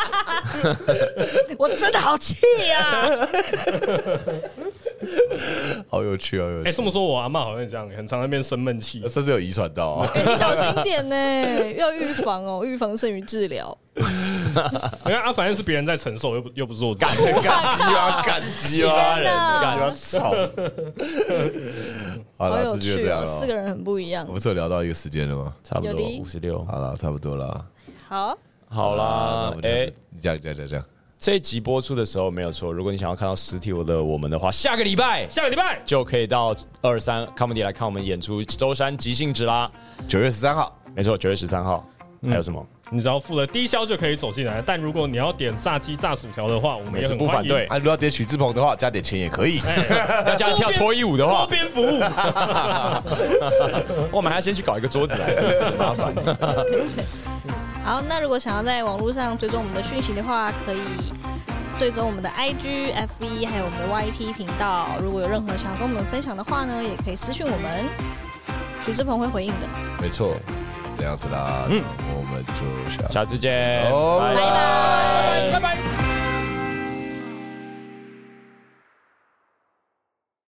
[SPEAKER 4] 我真的好气 啊！
[SPEAKER 6] 好有趣，好有
[SPEAKER 1] 哎，
[SPEAKER 6] 趣，
[SPEAKER 1] 这么说我阿妈好像这样，很常在那边生闷 气。
[SPEAKER 6] 甚至有遗传到啊。
[SPEAKER 4] 哎你小心点呢、要预防哦，预防胜于治疗。
[SPEAKER 1] 你看啊，反正是别人在承受，又不又不是我自己。
[SPEAKER 4] 哎
[SPEAKER 6] 感激啊，感激啊，
[SPEAKER 4] 天哪
[SPEAKER 6] 感激操！ 好
[SPEAKER 4] 好
[SPEAKER 6] 了，
[SPEAKER 4] 有
[SPEAKER 6] 这就
[SPEAKER 4] 趣
[SPEAKER 6] 这样
[SPEAKER 4] 哦，
[SPEAKER 6] 了。
[SPEAKER 4] 四个人很不一样
[SPEAKER 6] 我。们这聊到一个时间了吗？
[SPEAKER 2] 差不
[SPEAKER 4] 有
[SPEAKER 2] 多
[SPEAKER 4] 的
[SPEAKER 2] 五十六。
[SPEAKER 6] 好了，差不多了。
[SPEAKER 4] 好，
[SPEAKER 2] 好
[SPEAKER 6] 啊，
[SPEAKER 2] 啦
[SPEAKER 6] 那，我
[SPEAKER 2] 哎、
[SPEAKER 6] 们你这样这样这样这样，
[SPEAKER 2] 这一集播出的时候没有错，如果你想要看到实体我的我们的话，下个礼拜
[SPEAKER 1] 下个礼拜
[SPEAKER 2] 就可以到二三 comedy 来看我们演出周三即兴值啦。
[SPEAKER 6] 九月十三号，
[SPEAKER 2] 没错，九月十三号。
[SPEAKER 1] 嗯
[SPEAKER 2] 还有什么？
[SPEAKER 1] 你只要付了低消就可以走进来，但如果你要点炸鸡、炸薯条的话，我
[SPEAKER 2] 我
[SPEAKER 1] 们
[SPEAKER 2] 们
[SPEAKER 1] 也
[SPEAKER 2] 也是
[SPEAKER 1] 很
[SPEAKER 2] 不反
[SPEAKER 1] 欢迎
[SPEAKER 2] 对。。
[SPEAKER 6] 啊，如果要点许志鹏的话，加点钱也可以。
[SPEAKER 2] 哎要加跳脱衣舞的话
[SPEAKER 1] 周，边服务，
[SPEAKER 2] 我们还要先去搞一个桌子来，真是麻烦。
[SPEAKER 4] 好，那如果想要在网络上追踪我们的讯息的话，可以追踪我们的 IG、FB，还有我们的 YT 频道。如果有任何想要跟我们分享的话呢，也可以私讯我们，徐志鹏会回应的。
[SPEAKER 6] 没错，
[SPEAKER 2] 嗯
[SPEAKER 6] 这样子啦，我们就下次
[SPEAKER 2] 下次见，
[SPEAKER 6] 哦
[SPEAKER 2] 拜
[SPEAKER 4] 拜
[SPEAKER 1] 拜
[SPEAKER 4] 拜。
[SPEAKER 1] 拜。